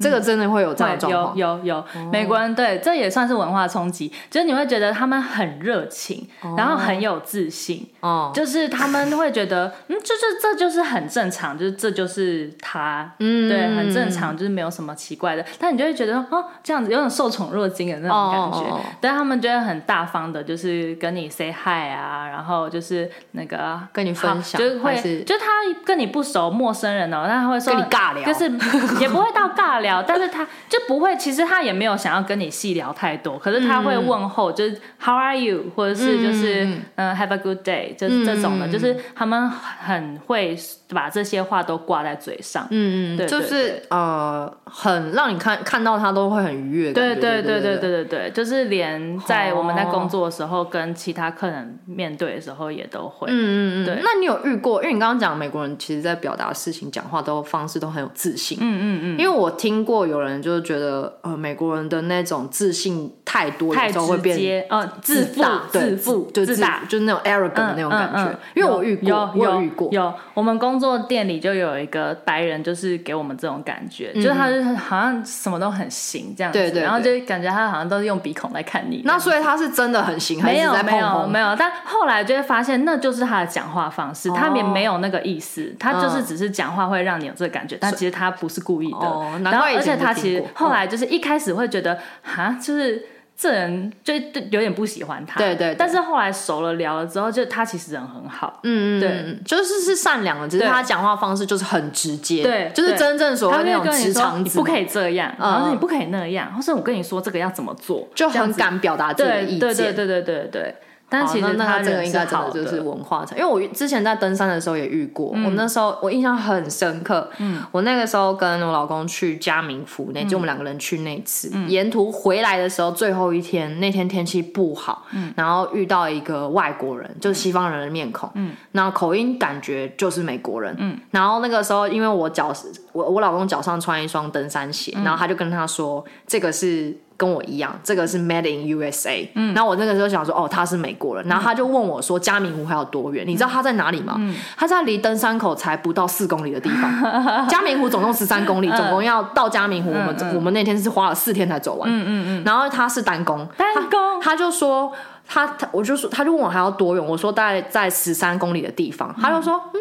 Speaker 1: 这个真的会有这样的状
Speaker 2: 对，嗯有
Speaker 1: 况。
Speaker 2: 有有，
Speaker 1: 哦
Speaker 2: 美国人对这也算是文化冲击，就是你会觉得他们很热情，然后很有自信，
Speaker 1: 哦，
Speaker 2: 就是他们会觉得，嗯，这这这就是很正常，就是这就是他，
Speaker 1: 嗯
Speaker 2: 对，很正常，就是没有什么奇怪的。但你就会觉得，哦，这样子有种受宠若惊的那种感觉。
Speaker 1: 哦哦哦
Speaker 2: 但他们就会很大方的，就是跟你 say hi 啊，然后就是那个
Speaker 1: 跟你分享
Speaker 2: 就是会
Speaker 1: 还是
Speaker 2: 就他跟你不熟，陌生人哦，那他会说
Speaker 1: 嗯跟你尬聊
Speaker 2: 就是也不会到尬聊，但是他就不会，其实他也没有想要跟你细聊太多，可是他
Speaker 1: 嗯
Speaker 2: 会问候，就是 How are you，或者是就是嗯、呃 Have a good day，就是
Speaker 1: 嗯
Speaker 2: 这种的，就是他们很会把这些话都挂在嘴上，嗯嗯，对，
Speaker 1: 就
Speaker 2: 对
Speaker 1: 是呃，很让你看看到他都会很愉悦的感
Speaker 2: 对
Speaker 1: 觉。
Speaker 2: 对
Speaker 1: 对哦
Speaker 2: 对对对对对，就是连在我们在工作的时候，跟其他客人面对的时候也都会，嗯嗯嗯，对
Speaker 1: 嗯。那你有遇过？因为你刚刚讲美国人其实，在表达事情、讲话都方式都很有自信。嗯嗯嗯。因为我听过有人就是觉得，呃，美国人的那种自信太多，有
Speaker 2: 太
Speaker 1: 时候会
Speaker 2: 直
Speaker 1: 变
Speaker 2: 接，呃，自负
Speaker 1: 大、对
Speaker 2: 自负、
Speaker 1: 就
Speaker 2: 自大，
Speaker 1: 就是那种 arrogant 的那种感
Speaker 2: 嗯嗯嗯
Speaker 1: 觉。因为我遇
Speaker 2: 有
Speaker 1: 过，我
Speaker 2: 有
Speaker 1: 有遇过。
Speaker 2: 有我们工作店里就有一个白人，就是给我们这种感觉，就是他就是好像什么都很行这样
Speaker 1: 嗯
Speaker 2: 子，
Speaker 1: 对对
Speaker 2: 然后就感觉他好像都是用鼻孔来看你。
Speaker 1: 那所以他是真的很行，还
Speaker 2: 没
Speaker 1: 是
Speaker 2: 有
Speaker 1: 在
Speaker 2: 没
Speaker 1: 碰
Speaker 2: 有
Speaker 1: 碰？
Speaker 2: 没有，但后来就会发现那就是他的讲话方
Speaker 1: 哦
Speaker 2: 式，他也没有那个意思，他就是只是讲话会让你有这个感觉，但其实他不是故意的。
Speaker 1: 哦，难
Speaker 2: 然后
Speaker 1: 怪我以
Speaker 2: 而且
Speaker 1: 前就
Speaker 2: 他
Speaker 1: 听
Speaker 2: 其实
Speaker 1: 过
Speaker 2: 后来就是一开始会觉得，哈，就是这人就就有点不喜欢他，
Speaker 1: 对对对
Speaker 2: 但是后来熟了聊了之后，就他其实人很好，
Speaker 1: 嗯，嗯
Speaker 2: 对
Speaker 1: 嗯，就是是善良的，只是
Speaker 2: 对
Speaker 1: 他讲话方式就是很直接，
Speaker 2: 对
Speaker 1: 就是
Speaker 2: 对
Speaker 1: 真正所
Speaker 2: 他
Speaker 1: 谓
Speaker 2: 会
Speaker 1: 那种
Speaker 2: 跟你
Speaker 1: 直
Speaker 2: 说
Speaker 1: 肠
Speaker 2: 你
Speaker 1: 子，
Speaker 2: 不可以这样，然后
Speaker 1: 嗯
Speaker 2: 你不可以那样，或是我跟你说这个要怎么做，
Speaker 1: 就
Speaker 2: 这样
Speaker 1: 很
Speaker 2: 子
Speaker 1: 敢表达自己的
Speaker 2: 对
Speaker 1: 意见。
Speaker 2: 对对对对对对。但
Speaker 1: 好
Speaker 2: 其
Speaker 1: 那
Speaker 2: 实
Speaker 1: 那他
Speaker 2: 他
Speaker 1: 这个
Speaker 2: 人
Speaker 1: 应
Speaker 2: 是
Speaker 1: 该真
Speaker 2: 好
Speaker 1: 的就
Speaker 2: 的嗯
Speaker 1: 是文化差，因为我之前在登山的时候也遇过，我那时候我印象很深刻，嗯，我那个时候跟我老公去嘉明湖那，就我
Speaker 2: 嗯
Speaker 1: 们两个人去那次，沿途回来的时候最后一天，那天天气不好，
Speaker 2: 嗯
Speaker 1: 然后遇到一个外国人，就是西方人的面孔，嗯，然后口音感觉就是美国人，嗯，然后那个时候因为我脚我我老公脚上穿一双登山鞋，然后他就跟他说这个是。跟我一样，这个是 Made in USA。嗯，然后我那个时候想说，哦，他是美国人。然后他就问我说，嘉明湖还有多远？你知道他在哪里吗？他在离登山口才不到四公里的地 方。嘉明湖总共十三公里，总共要到嘉明湖，我们我们那天是花了四天才走嗯完。嗯嗯嗯。然后他是单攻，
Speaker 2: 单攻
Speaker 1: 他，他就说。他他我就说，他就问我还要多远，我说大概在十三公里的地方，他就说嗯，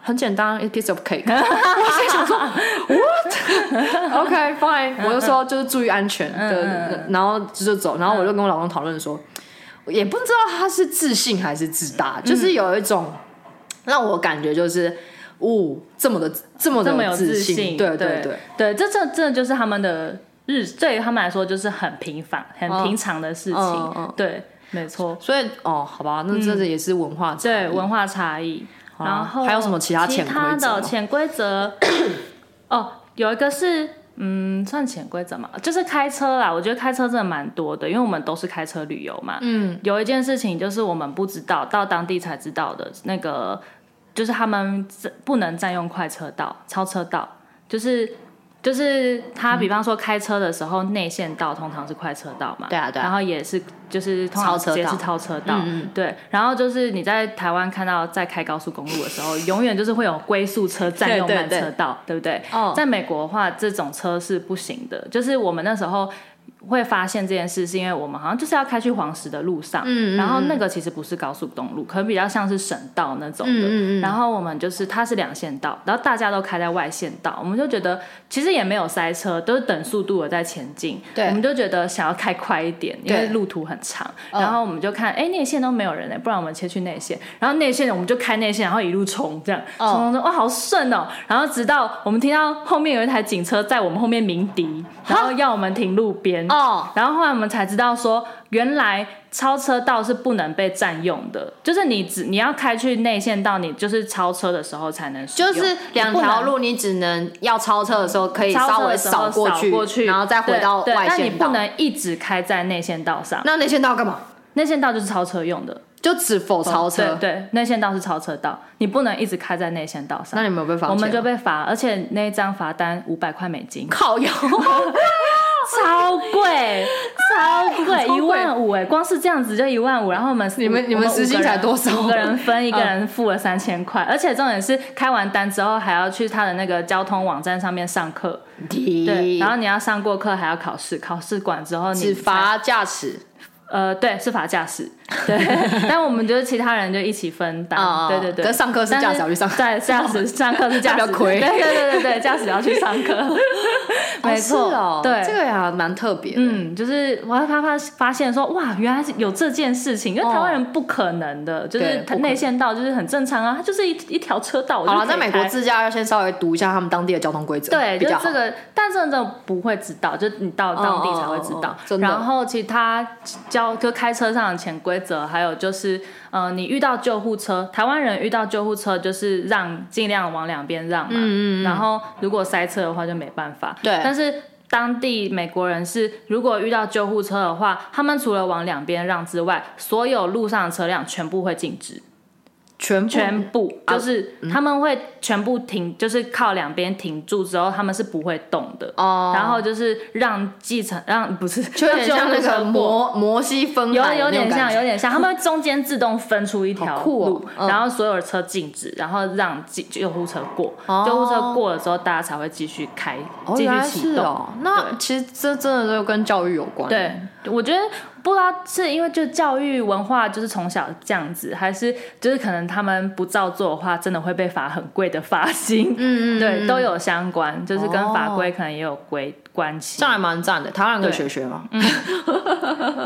Speaker 1: 很简单，a piece of cake。我 心想说嗯 what？OK、fine，我就
Speaker 2: 嗯
Speaker 1: 说就是注意安全，对对对，然后就走，然后我就跟我老公讨论说，也不知道他是自信还是自
Speaker 2: 嗯
Speaker 1: 大，就是有一种让我感觉就是。哦，这么的这么的
Speaker 2: 这么有
Speaker 1: 自
Speaker 2: 信，
Speaker 1: 对
Speaker 2: 对
Speaker 1: 对，
Speaker 2: 对，这这这就是他们的日，对于他们来说就是很平凡、很平常的事情，
Speaker 1: 嗯嗯
Speaker 2: 对，没错，
Speaker 1: 所以哦，好吧，那这也是文化差异
Speaker 2: 嗯对文化差异。
Speaker 1: 啊
Speaker 2: 然后
Speaker 1: 还有什么其他潜规则吗
Speaker 2: 其他的潜 规则哦，有一个是嗯，算潜规则嘛，就是开车啦。我觉得开车真的蛮多的，因为我们都是开车旅游嘛。嗯，有一件事情就是我们不知道，到当地才知道的那个，就是他们不能占用快车道、超车道，就是。就是他，比方说开车的时候，内线道通常是快车道嘛，
Speaker 1: 对啊对啊
Speaker 2: 然后也是就是通
Speaker 1: 超
Speaker 2: 常
Speaker 1: 车
Speaker 2: 也
Speaker 1: 道嗯
Speaker 2: 是超车道，对。然后就是你在台湾看到在开高速公路的时候，永远就是会有龟速车占用
Speaker 1: 对对
Speaker 2: 慢
Speaker 1: 对
Speaker 2: 车道，对不对？
Speaker 1: 哦
Speaker 2: 在美国的话，这种车是不行的。就是我们那时候会发现这件事，是因为我们好像就是要开去黄石的路上，
Speaker 1: 嗯嗯
Speaker 2: 然后那个其实不是高速公路，可能比较像是省道那种的。
Speaker 1: 嗯嗯嗯
Speaker 2: 然后我们就是它是两线道，然后大家都开在外线道，我们就觉得其实也没有塞车，都是等速度的在前进。
Speaker 1: 对
Speaker 2: 我们就觉得想要开快一点，因为
Speaker 1: 对
Speaker 2: 路途很长。
Speaker 1: 嗯
Speaker 2: 然后我们就看，哎、内线都没有人哎、不然我们切去内线。然后内线我们就开内线，然后一路冲，这样冲
Speaker 1: 哦
Speaker 2: 冲冲，哇，好顺哦、然后直到我们听到后面有一台警车在我们后面鸣笛，然后要我们停路边。
Speaker 1: 哦，
Speaker 2: 然后后来我们才知道说，原来超车道是不能被占用的，就是你只你要开去内线道，你就是超车的时候才能使
Speaker 1: 就
Speaker 2: 用，
Speaker 1: 是两条路，你只能要超车的时候可以稍微扫
Speaker 2: 扫
Speaker 1: 过去，
Speaker 2: 过去，
Speaker 1: 然后再回到
Speaker 2: 对对
Speaker 1: 外
Speaker 2: 但你
Speaker 1: 线
Speaker 2: 不
Speaker 1: 道。
Speaker 2: 能一直开在内线道上，
Speaker 1: 那内线道干嘛？
Speaker 2: 内线道就是超车用的，
Speaker 1: 就只否超车。
Speaker 2: 对对，内线道是超车道，你不能一直开在内线道上。
Speaker 1: 那你们有被罚钱啊
Speaker 2: 我
Speaker 1: 吗？，
Speaker 2: 们就被罚，而且那一张罚单五百块美金
Speaker 1: 靠 腰。
Speaker 2: 超贵，超
Speaker 1: 哎
Speaker 2: 贵，
Speaker 1: 超
Speaker 2: 一
Speaker 1: 贵
Speaker 2: 万五哎，光是这样子就一万五，然后我们
Speaker 1: 你们你们时薪才多少嗯
Speaker 2: 五个人分，一个人付了三千块，而且重点是开完单之后还要去他的那个交通网站上面上课，对，然后你要上过课还要考试，考试管之后你
Speaker 1: 只
Speaker 2: 才
Speaker 1: 罚驾驶。
Speaker 2: 呃，对，是罚 驾驶，对，但我们就是其他人就一起分担，
Speaker 1: 哦哦
Speaker 2: 对对对。
Speaker 1: 可是上课是
Speaker 2: 但
Speaker 1: 驾驶要去上课
Speaker 2: 对，驾驶上课 是驾
Speaker 1: 那比
Speaker 2: 驶
Speaker 1: 较亏哦
Speaker 2: 对对对对对，驾驶要去上 课，没错，
Speaker 1: 是哦，
Speaker 2: 对，
Speaker 1: 这个也还蛮特别的。
Speaker 2: 嗯，就是我发发发现说，哇，原来是有这件事情，因为
Speaker 1: 哦
Speaker 2: 台湾人不可能的，就
Speaker 1: 对
Speaker 2: 是
Speaker 1: 不
Speaker 2: 它
Speaker 1: 可能
Speaker 2: 内线道就是很正常啊，它就是一一条车道。我就
Speaker 1: 好了，
Speaker 2: 可以
Speaker 1: 在美国
Speaker 2: 开
Speaker 1: 自驾要先稍微读一下他们当地的交通规则，
Speaker 2: 对，
Speaker 1: 比
Speaker 2: 就
Speaker 1: 较好
Speaker 2: 这个，但真的不会知道，就你到当地才会知道。
Speaker 1: 哦哦哦真的
Speaker 2: 然后其他交就开车上的潜规则，还有就是，呃，你遇到救护车，台湾人遇到救护车就是让尽量往两边让嘛，嗯嗯然后如果塞车的话就没办法。
Speaker 1: 对
Speaker 2: 但是。当地美国人是，如果遇到救护车的话，他们除了往两边让之外，所有路上的车辆全部会禁止。
Speaker 1: 全部
Speaker 2: 全部
Speaker 1: 嗯
Speaker 2: 就是他们会全部停，就是靠两边停住之后，他们是不会动的。
Speaker 1: 哦，
Speaker 2: 然后就是让继承让 不是，
Speaker 1: 就有点像那
Speaker 2: 让救护
Speaker 1: 个
Speaker 2: 车过
Speaker 1: 摩摩西分
Speaker 2: 有
Speaker 1: 海的那
Speaker 2: 有
Speaker 1: 种
Speaker 2: 点
Speaker 1: 感
Speaker 2: 像，
Speaker 1: 觉
Speaker 2: 有 点像，他们中间自动分出一条
Speaker 1: 好酷哦
Speaker 2: 路，
Speaker 1: 嗯
Speaker 2: 然后所有的车静止，然后让救救护车过，
Speaker 1: 哦
Speaker 2: 救护车过了之后，大家才会继续开，
Speaker 1: 哦，
Speaker 2: 继
Speaker 1: 原
Speaker 2: 续
Speaker 1: 来
Speaker 2: 启
Speaker 1: 是
Speaker 2: 动。
Speaker 1: 哦。那
Speaker 2: 对嗯
Speaker 1: 其实这真的都跟教育有关。
Speaker 2: 对，我觉得不知道是因为就教育文化就是从小这样子，还是就是可能他们不照做的话，真的会被罚很贵的罚金。嗯嗯，对，都有相关，就是跟法规可能也有规关系
Speaker 1: 这。样还蛮赞的，台湾人可以学学嘛。
Speaker 2: 嗯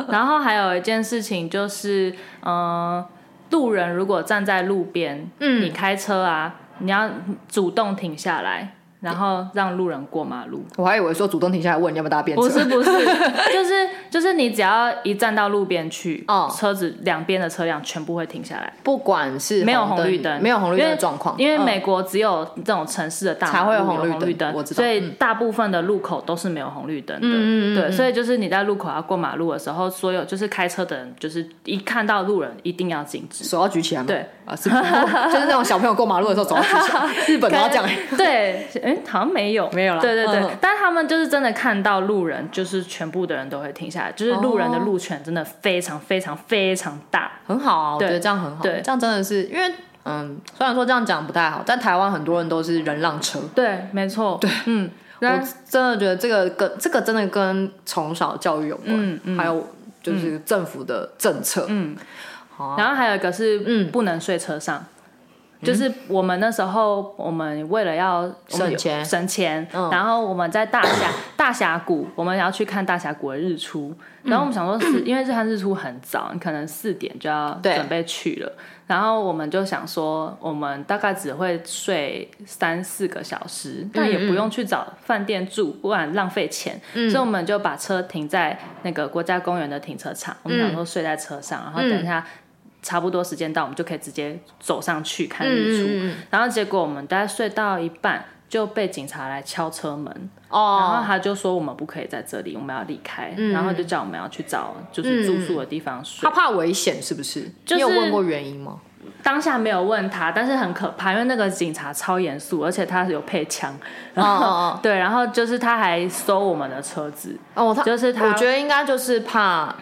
Speaker 2: 然后还有一件事情就是，呃，路人如果站在路边，嗯，你开车啊，你要主动停下来，然后让路人过马路。
Speaker 1: 我还以为说主动停下来问你要不要搭便车，
Speaker 2: 不是不是， 就是就是你只要一站到路边去，
Speaker 1: 哦
Speaker 2: 车子两边的车辆全部会停下来，
Speaker 1: 不管是
Speaker 2: 没有
Speaker 1: 红
Speaker 2: 红绿灯，
Speaker 1: 哦没有红绿灯
Speaker 2: 因为
Speaker 1: 的状况，
Speaker 2: 因为
Speaker 1: 嗯
Speaker 2: 美国只有这种城市的大马
Speaker 1: 才会有
Speaker 2: 路
Speaker 1: 红绿灯
Speaker 2: 绿灯，
Speaker 1: 我知道嗯
Speaker 2: 所以大部分的路口都是没有红绿灯的。嗯嗯对，所以就是你在路口要过马路的时候，所有就是开车的人，就是一看到路人一定要禁止。
Speaker 1: 手要举起来嘛，
Speaker 2: 对
Speaker 1: 啊，是就是那种小朋友过马路的时候手要举起来，日本都要这样。
Speaker 2: 对，哎，好像没有，
Speaker 1: 没有啦
Speaker 2: 对对对，
Speaker 1: 嗯
Speaker 2: 但是他们就是真的看到路人，就是全部的人都会停下来，就是路
Speaker 1: 哦
Speaker 2: 人的路权真的非常非常非常大。
Speaker 1: 很好啊，我觉
Speaker 2: 对
Speaker 1: 得这样很好，
Speaker 2: 对
Speaker 1: 这样真的是因为。嗯，虽然说这样讲不太好，但台湾很多人都是人让车。
Speaker 2: 对，没错。对，嗯，那
Speaker 1: 我真的觉得这个跟这个真的跟从小教育有关，
Speaker 2: 嗯嗯
Speaker 1: 还有就是政府的政策。
Speaker 2: 嗯
Speaker 1: 好啊，
Speaker 2: 然后还有一个是，
Speaker 1: 嗯
Speaker 2: 不能睡车上。就是我们那时候，我们为了要我们
Speaker 1: 省
Speaker 2: 有
Speaker 1: 钱
Speaker 2: 省钱，
Speaker 1: 嗯
Speaker 2: 然后我们在大峡大峡谷，我们要去看大峡谷的日出。然
Speaker 1: 嗯
Speaker 2: 后我们想说是，因为这看日出很早，你可能四点就要
Speaker 1: 对
Speaker 2: 准备去了。然后我们就想说，我们大概只会睡三四个小
Speaker 1: 嗯
Speaker 2: 时，但也不用去找饭店住，不然浪费钱。
Speaker 1: 嗯
Speaker 2: 所以我们就把车停在那个国家公园的停车场，我们
Speaker 1: 嗯
Speaker 2: 想说睡在车上，然后等一下差不多时间到，我们就可以直接走上去看日出。
Speaker 1: 嗯嗯
Speaker 2: 然后结果我们大概睡到一半就被警察来敲车门，然后
Speaker 1: 哦，嗯
Speaker 2: 他就说我们不可以在这里，我们要离开，然后就叫我们要去找就是住宿的地方睡。
Speaker 1: 他怕危险是不是？
Speaker 2: 就是
Speaker 1: 你有问过原因吗？
Speaker 2: 当下没有问他，但是很可怕，因为那个警察超严肃，而且他有配枪，然后、
Speaker 1: 哦哦
Speaker 2: 对，然后就是他还搜我们的车子，
Speaker 1: 哦，他
Speaker 2: 就是他
Speaker 1: 我觉得应该就是怕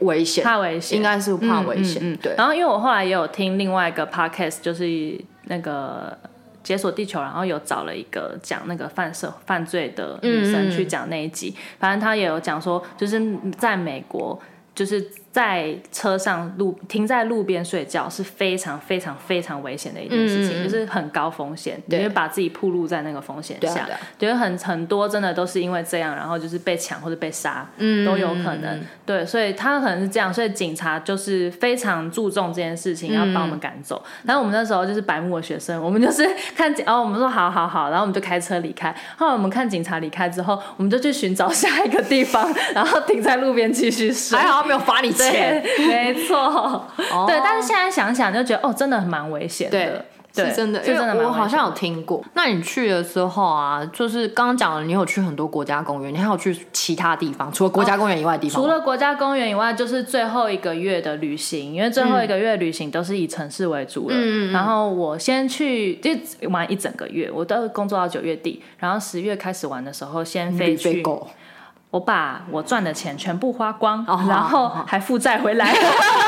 Speaker 1: 危险，
Speaker 2: 怕危险，
Speaker 1: 应该是怕危险。
Speaker 2: 嗯嗯嗯
Speaker 1: 对，
Speaker 2: 然后因为我后来也有听另外一个 podcast，就是那个解锁地球，然后有找了一个讲那个犯社犯罪的女生去讲那一集，
Speaker 1: 嗯
Speaker 2: 反正她也有讲说，就是在美国，就是在车上路停在路边睡觉是非常非常非常危险的一件事情，就是很高风险，你
Speaker 1: 嗯对
Speaker 2: 会把自己暴露在那个风险
Speaker 1: 对啊
Speaker 2: 下，
Speaker 1: 对啊
Speaker 2: 觉得很很多真的都是因为这样，然后就是被抢或者被杀，
Speaker 1: 嗯
Speaker 2: 都有可能。对，所以他可能是这样，所以警察就是非常注重这件事
Speaker 1: 嗯
Speaker 2: 情，要把我们赶走。然后我们那时候就是白目的学生，我们就是看警，哦，我们说好好好，然后我们就开车离开。后来我们看警察离开之后，我们就去寻找下一个 地方，然后停在路边继续睡。
Speaker 1: 还好他没有罚你钱。
Speaker 2: 对，没错， 对。但是现在想想就觉得，哦，真的蛮危险
Speaker 1: 对
Speaker 2: 的，对，
Speaker 1: 是真的，
Speaker 2: 是真的
Speaker 1: 因
Speaker 2: 蛮
Speaker 1: 为
Speaker 2: 危
Speaker 1: 我好
Speaker 2: 险
Speaker 1: 像
Speaker 2: 的
Speaker 1: 有听过。那你去的时候啊，就是刚刚讲了，你有去很多国家公园，你还有去其他地方，除了国家公园以外的地方
Speaker 2: 除
Speaker 1: 吗。
Speaker 2: 了国家公园以外，就是最后一个月的旅行，因为最后一个月旅行都是以城市为主了。
Speaker 1: 嗯
Speaker 2: 然后我先去就玩一整个月，我都工作到九月底，然后十月开始玩的时候，先飞
Speaker 1: 旅
Speaker 2: 去
Speaker 1: 费，狗，
Speaker 2: 我把我赚的钱全部花光，
Speaker 1: 哦好
Speaker 2: 然
Speaker 1: 好
Speaker 2: 后
Speaker 1: 好
Speaker 2: 还负债回来。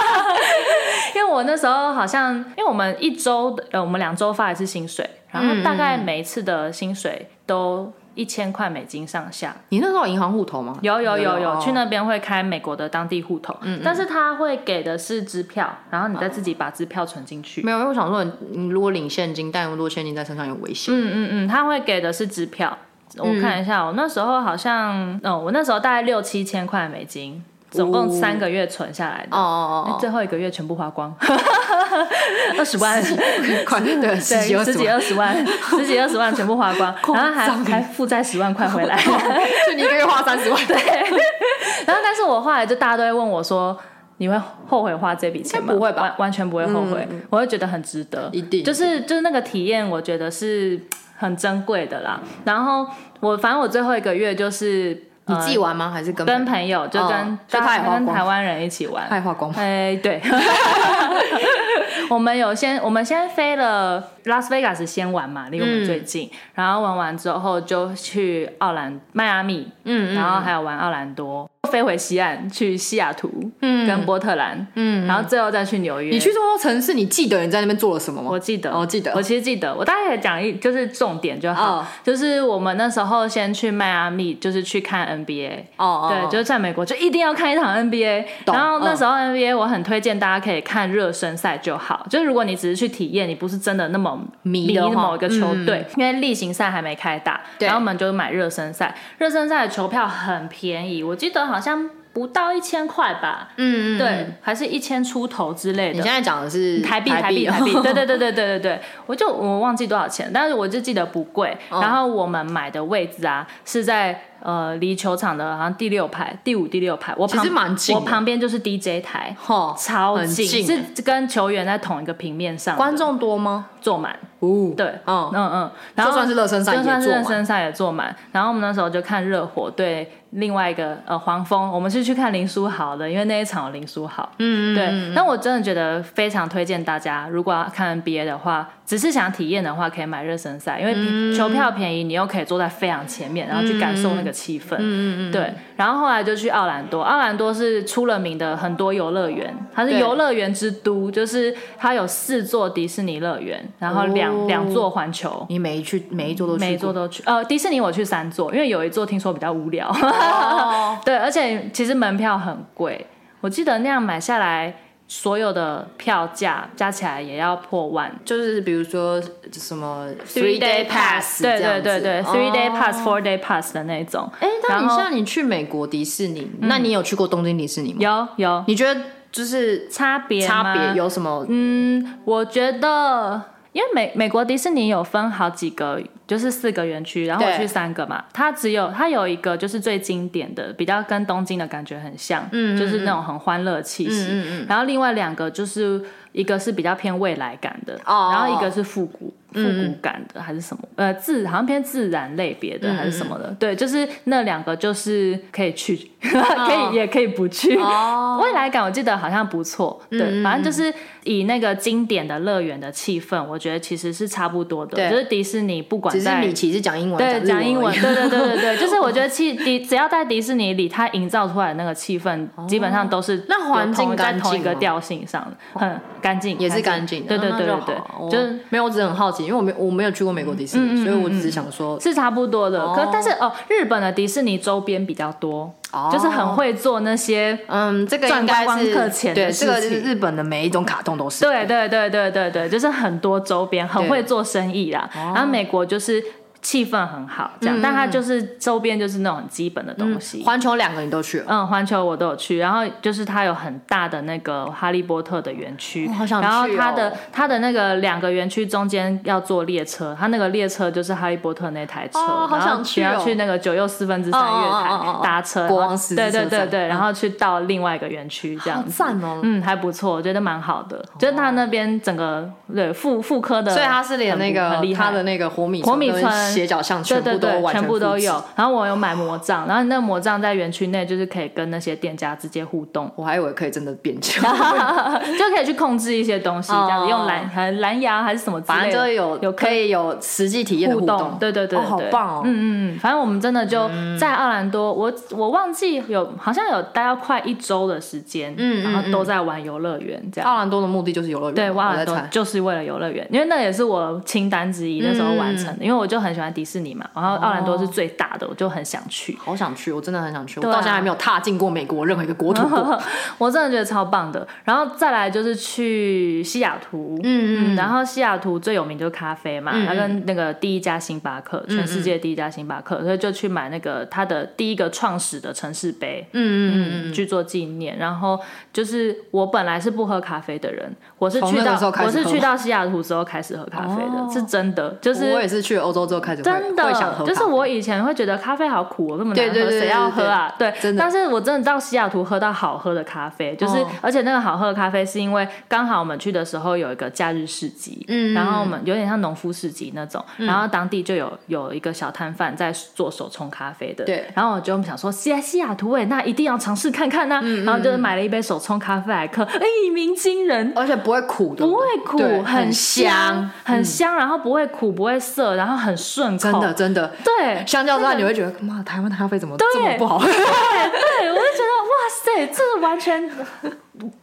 Speaker 2: 因为我那时候好像，因为我们一周的呃，我们两周发一次薪水，然
Speaker 1: 嗯
Speaker 2: 后大概每一次的薪水都一千块美金上下，
Speaker 1: 你那时候有银行户头吗？
Speaker 2: 有有有有，嗯去
Speaker 1: 哦
Speaker 2: 那边会开美国的当地户头，但是他会给的是支票，然后你再自己把支票存进去。
Speaker 1: 没有，因为我想说你，你如果领现金，但如果现金在身上有危险。
Speaker 2: 嗯嗯嗯，他会给的是支票。我看一下，哦我那时候好像，嗯，我那时候大概六七千块美金，总共
Speaker 1: 哦
Speaker 2: 三个月存下来的，
Speaker 1: 哦哦
Speaker 2: 最后一个月全部花光， 二十万。
Speaker 1: 哦，款 对十几
Speaker 2: 对，
Speaker 1: 二
Speaker 2: 十
Speaker 1: 十
Speaker 2: 几
Speaker 1: 万，
Speaker 2: 二十万，十几二十万全部花 光，然后还还负债十万块回 来，
Speaker 1: 就你一个月花三十万，对，
Speaker 2: 然后，但是我后来就大家都会问我说：“你会后悔花这笔钱
Speaker 1: 应
Speaker 2: 吗？”
Speaker 1: 该不会吧嗯
Speaker 2: 完完全不会后悔，我会觉得很值得，
Speaker 1: 一定
Speaker 2: 就是就是那个体验，我觉得是很珍贵的啦。然后我反正我最后一个月就是
Speaker 1: 你
Speaker 2: 呃
Speaker 1: 自己玩吗？还是跟
Speaker 2: 跟朋友就
Speaker 1: 哦
Speaker 2: 跟
Speaker 1: 所以他也花
Speaker 2: 跟
Speaker 1: 光
Speaker 2: 台湾人一起玩，
Speaker 1: 太花光吗？
Speaker 2: 哎，对，哎 我们有先，我们先飞了拉斯维加斯先玩嘛，离我们最近，然后玩完之后就去奥兰迈阿密，嗯，然后还有玩奥兰多，飞回西岸去西雅图，嗯，跟波特兰，嗯，然后最后再去纽约。
Speaker 1: 你去这么多城市，你记得你在那边做了什么吗？
Speaker 2: 我记得，
Speaker 1: 哦，记得
Speaker 2: 我。其实记得，我大概讲一就是重点就好
Speaker 1: 哦
Speaker 2: 就是我们那时候先去迈阿密，就是去看 NBA。
Speaker 1: 哦哦，
Speaker 2: 对，就是在美国就一定要看一场 NBA，
Speaker 1: 懂嗯
Speaker 2: 然后那时候 NBA 我很推荐大家可以看热身赛就好，就是如果你只是去体验，你不是真的那么
Speaker 1: 迷
Speaker 2: 迷
Speaker 1: 的话嗯
Speaker 2: 某一个球队，因为例行赛还没开打，
Speaker 1: 对
Speaker 2: 然后我们就买热身赛，热身赛的球票很便宜，我记得好像不到一千块吧，
Speaker 1: 嗯嗯，
Speaker 2: 对，还是一千出头之类
Speaker 1: 你
Speaker 2: 的
Speaker 1: 现。在讲的是
Speaker 2: 台币，台币，台币，对对对对对对对，我就我忘记多少钱，但是我就记得不贵。
Speaker 1: 哦
Speaker 2: 然后我们买的位置啊，是在呃离球场的好像第六排、第五、第六排，我旁
Speaker 1: 其实蛮近的
Speaker 2: 我旁边就是 DJ 台，
Speaker 1: 吼，
Speaker 2: 超
Speaker 1: 很
Speaker 2: 近，
Speaker 1: 近欸
Speaker 2: 是跟球员在同一个平面上的，
Speaker 1: 观众多吗？
Speaker 2: 坐满，
Speaker 1: 哦，
Speaker 2: 对，
Speaker 1: 嗯
Speaker 2: 嗯嗯，然
Speaker 1: 就
Speaker 2: 后
Speaker 1: 算是热身赛也
Speaker 2: 就算是
Speaker 1: 做
Speaker 2: 热
Speaker 1: 嘛。
Speaker 2: 身赛也坐满。然后我们那时候就看热火对另外一个呃黄蜂，我们是去看林书豪的，因为那一场有林书豪。嗯对。但我真的觉得非常推荐大家，如果要看 NBA 的话，只是想体验的话，可以买热身赛，因为比球票便宜，你又可以坐在非常前面，然后去感受那个气氛。嗯嗯对。然后后来就去奥兰多，奥兰多是出了名的很多游乐园，它是
Speaker 1: 对
Speaker 2: 游乐园之都，就是它有四座迪士尼乐园，然后两、
Speaker 1: 哦
Speaker 2: 两座环球。
Speaker 1: 你每一去每一桌都去过，
Speaker 2: 每一座都去。呃，迪士尼我去三座，因为有一座听说比较无聊。
Speaker 1: 哦
Speaker 2: 对，而且其实门票很贵，我记得那样买下来，所有的票价加起来也要破万。
Speaker 1: 就是比如说什么 pass，
Speaker 2: 对
Speaker 1: 这样子
Speaker 2: 对对对，three day
Speaker 1: 哦
Speaker 2: pass、four day pass 的那种。
Speaker 1: 哎，那你
Speaker 2: 然后嗯
Speaker 1: 像你去美国迪士尼，那你有去过东京迪士尼吗？
Speaker 2: 有有
Speaker 1: 你觉得就是
Speaker 2: 差别吗
Speaker 1: 差别有什么？
Speaker 2: 嗯，我觉得，因为美美国迪士尼有分好几个，就是四个园区，然后我
Speaker 1: 对
Speaker 2: 去三个嘛。它只有它有一个就是最经典的，比较跟东京的感觉很像，嗯就是那种很欢乐气息。嗯嗯然后另外两个就是一个是比较偏未来感的，
Speaker 1: 哦
Speaker 2: 然后一个是复古。复古感的还是什么？呃，自好像偏自然类别的还是什么的？对，就是那两个就是可以去， 可以也可以不去。
Speaker 1: 哦， 嗯
Speaker 2: 未来感我记得好像不错，对，反正就是以那个经典的乐园的气氛，我觉得其实是差不多
Speaker 1: 对
Speaker 2: 的。就是迪士尼不管
Speaker 1: 只是
Speaker 2: 在
Speaker 1: 米奇是讲英文，
Speaker 2: 对
Speaker 1: 日而
Speaker 2: 讲
Speaker 1: 已
Speaker 2: 英文，对对对对对，就是我 觉得气迪只要在迪士尼里，它营造出来的那个气氛，基本上都是
Speaker 1: 哦那
Speaker 2: 有
Speaker 1: 环境
Speaker 2: 同在
Speaker 1: 干
Speaker 2: 同一
Speaker 1: 净
Speaker 2: 个
Speaker 1: 吗
Speaker 2: 调性上的，很干净，
Speaker 1: 也是干净的，
Speaker 2: 对对
Speaker 1: 那
Speaker 2: 对
Speaker 1: 就
Speaker 2: 对对
Speaker 1: 好，哦
Speaker 2: 就是。嗯
Speaker 1: 没有，我只是很好奇，因为我没我没有去过美国迪士尼，所以我只是想说，
Speaker 2: 是差不多的，可
Speaker 1: 哦
Speaker 2: 但是哦，日本的迪士尼周边比较多，
Speaker 1: 哦
Speaker 2: 就是很会做那些
Speaker 1: 嗯，这个应
Speaker 2: 赚观
Speaker 1: 该
Speaker 2: 光客
Speaker 1: 是
Speaker 2: 钱的
Speaker 1: 对，这个就
Speaker 2: 事
Speaker 1: 是
Speaker 2: 情
Speaker 1: 日本的每一种卡通都是，
Speaker 2: 对对对对对对，就是很多周边很
Speaker 1: 对
Speaker 2: 会做生意啦。然后美国就是气氛很好，这样，但它就是周边就是那种很基本的东西。
Speaker 1: 环球两个你都去了，
Speaker 2: 嗯，环球我都有去，然后就是它有很大的那个哈利波特的园区，
Speaker 1: 哦好想去
Speaker 2: 然后它
Speaker 1: 哦
Speaker 2: 的它的那个两个园区中间要坐列车，它那个列车就是哈利波特那台车，
Speaker 1: 哦好
Speaker 2: 然后
Speaker 1: 想去
Speaker 2: 你
Speaker 1: 哦
Speaker 2: 要去那个九又四分之三
Speaker 1: 哦
Speaker 2: 月
Speaker 1: 哦
Speaker 2: 台、
Speaker 1: 哦哦哦
Speaker 2: 搭车，
Speaker 1: 国
Speaker 2: 然后
Speaker 1: 王十字
Speaker 2: 对
Speaker 1: 车
Speaker 2: 对对
Speaker 1: 站嗯
Speaker 2: 对，然后去到另外一个园区这样
Speaker 1: 好
Speaker 2: 子，
Speaker 1: 赞哦
Speaker 2: 嗯，还不错，我觉得蛮好的，就是它那边整个对妇妇科的
Speaker 1: 呃
Speaker 2: 很不，
Speaker 1: 所以他是连那个
Speaker 2: 很厉害
Speaker 1: 他的那个活米
Speaker 2: 活米
Speaker 1: 跟
Speaker 2: 村
Speaker 1: 斜角巷
Speaker 2: 对
Speaker 1: 全
Speaker 2: 对
Speaker 1: 部都
Speaker 2: 对，
Speaker 1: 完
Speaker 2: 全部
Speaker 1: 复
Speaker 2: 都
Speaker 1: 制，
Speaker 2: 有。。然后我有买魔杖，然后那魔杖在园区内就是可以跟那些店家直接互动
Speaker 1: 我还以为可以真的变强，
Speaker 2: 就可以去控制一些东西，这样
Speaker 1: 哦
Speaker 2: 子用蓝还蓝牙还是什么之 类的，
Speaker 1: 反正就有
Speaker 2: 有
Speaker 1: 可以有实际体验的
Speaker 2: 互
Speaker 1: 动，
Speaker 2: 对对对
Speaker 1: 哦，
Speaker 2: 对，
Speaker 1: 好
Speaker 2: 对
Speaker 1: 棒哦！
Speaker 2: 嗯嗯嗯，反正我们真的就在奥兰多，我我忘记有好像有待到快一周的时间，嗯，然后都在玩游乐园这样。
Speaker 1: 奥兰多的目的就是游乐园，
Speaker 2: 对，
Speaker 1: 哦我
Speaker 2: 瓦
Speaker 1: 在
Speaker 2: 尔多
Speaker 1: 猜。
Speaker 2: 就是为了游乐园，因为那也是我清单之一，那时候完成的。因为我就很喜欢迪士尼嘛，然后奥兰多是最大的，我就很想去。
Speaker 1: 好想去，我真的很想去，我
Speaker 2: 对啊嗯
Speaker 1: 到现在还没有踏进过美国任何一个国土过。
Speaker 2: 我真的觉得超棒的。然后再来就是去西雅图，
Speaker 1: 嗯
Speaker 2: 嗯，然后西雅图最有名就是咖啡嘛，它跟那个第一家星巴克，
Speaker 1: 嗯
Speaker 2: 全世界第一家星巴克，所以就去买那个它的第一个创始的城市杯，嗯嗯嗯，去做纪念。然后就是我本来是不喝咖啡的人，我是
Speaker 1: 从
Speaker 2: 去
Speaker 1: 那个
Speaker 2: 到
Speaker 1: 时候开始
Speaker 2: 我
Speaker 1: 喝
Speaker 2: 是
Speaker 1: 吗
Speaker 2: 去到西雅图之后开始喝咖啡的，是真的，就是
Speaker 1: 我也是去了欧洲之后开始会
Speaker 2: 真的
Speaker 1: 会想喝咖啡，
Speaker 2: 就是我以前会觉得咖啡好苦、哦，那么难
Speaker 1: 对
Speaker 2: 喝，
Speaker 1: 对对对
Speaker 2: 谁要喝啊？对，
Speaker 1: 真的
Speaker 2: 但是我真的到西雅图喝到好喝的咖啡，就是、
Speaker 1: 哦
Speaker 2: 而且那个好喝的咖啡是因为刚好我们去的时候有一个假日市集，
Speaker 1: 嗯
Speaker 2: 然后我们有点像农夫市集那种，然后当地就有有一个小摊贩在做手冲咖啡的，
Speaker 1: 对
Speaker 2: 然后我就想说，西雅西雅图诶，那一定要尝试看看呐、啊
Speaker 1: 嗯
Speaker 2: 然后就是买了一杯手冲咖啡来喝，哎，一鸣惊人，
Speaker 1: 而且不会苦的，
Speaker 2: 不会
Speaker 1: 哦对
Speaker 2: 苦，
Speaker 1: 很嗯
Speaker 2: 香，很香，然后不会苦，不会涩，然后很顺口，
Speaker 1: 真的真的。
Speaker 2: 对。
Speaker 1: 相较之下，你会觉得妈，台湾的咖啡怎么这么不好？
Speaker 2: 对对，我就觉得哇塞，这个完全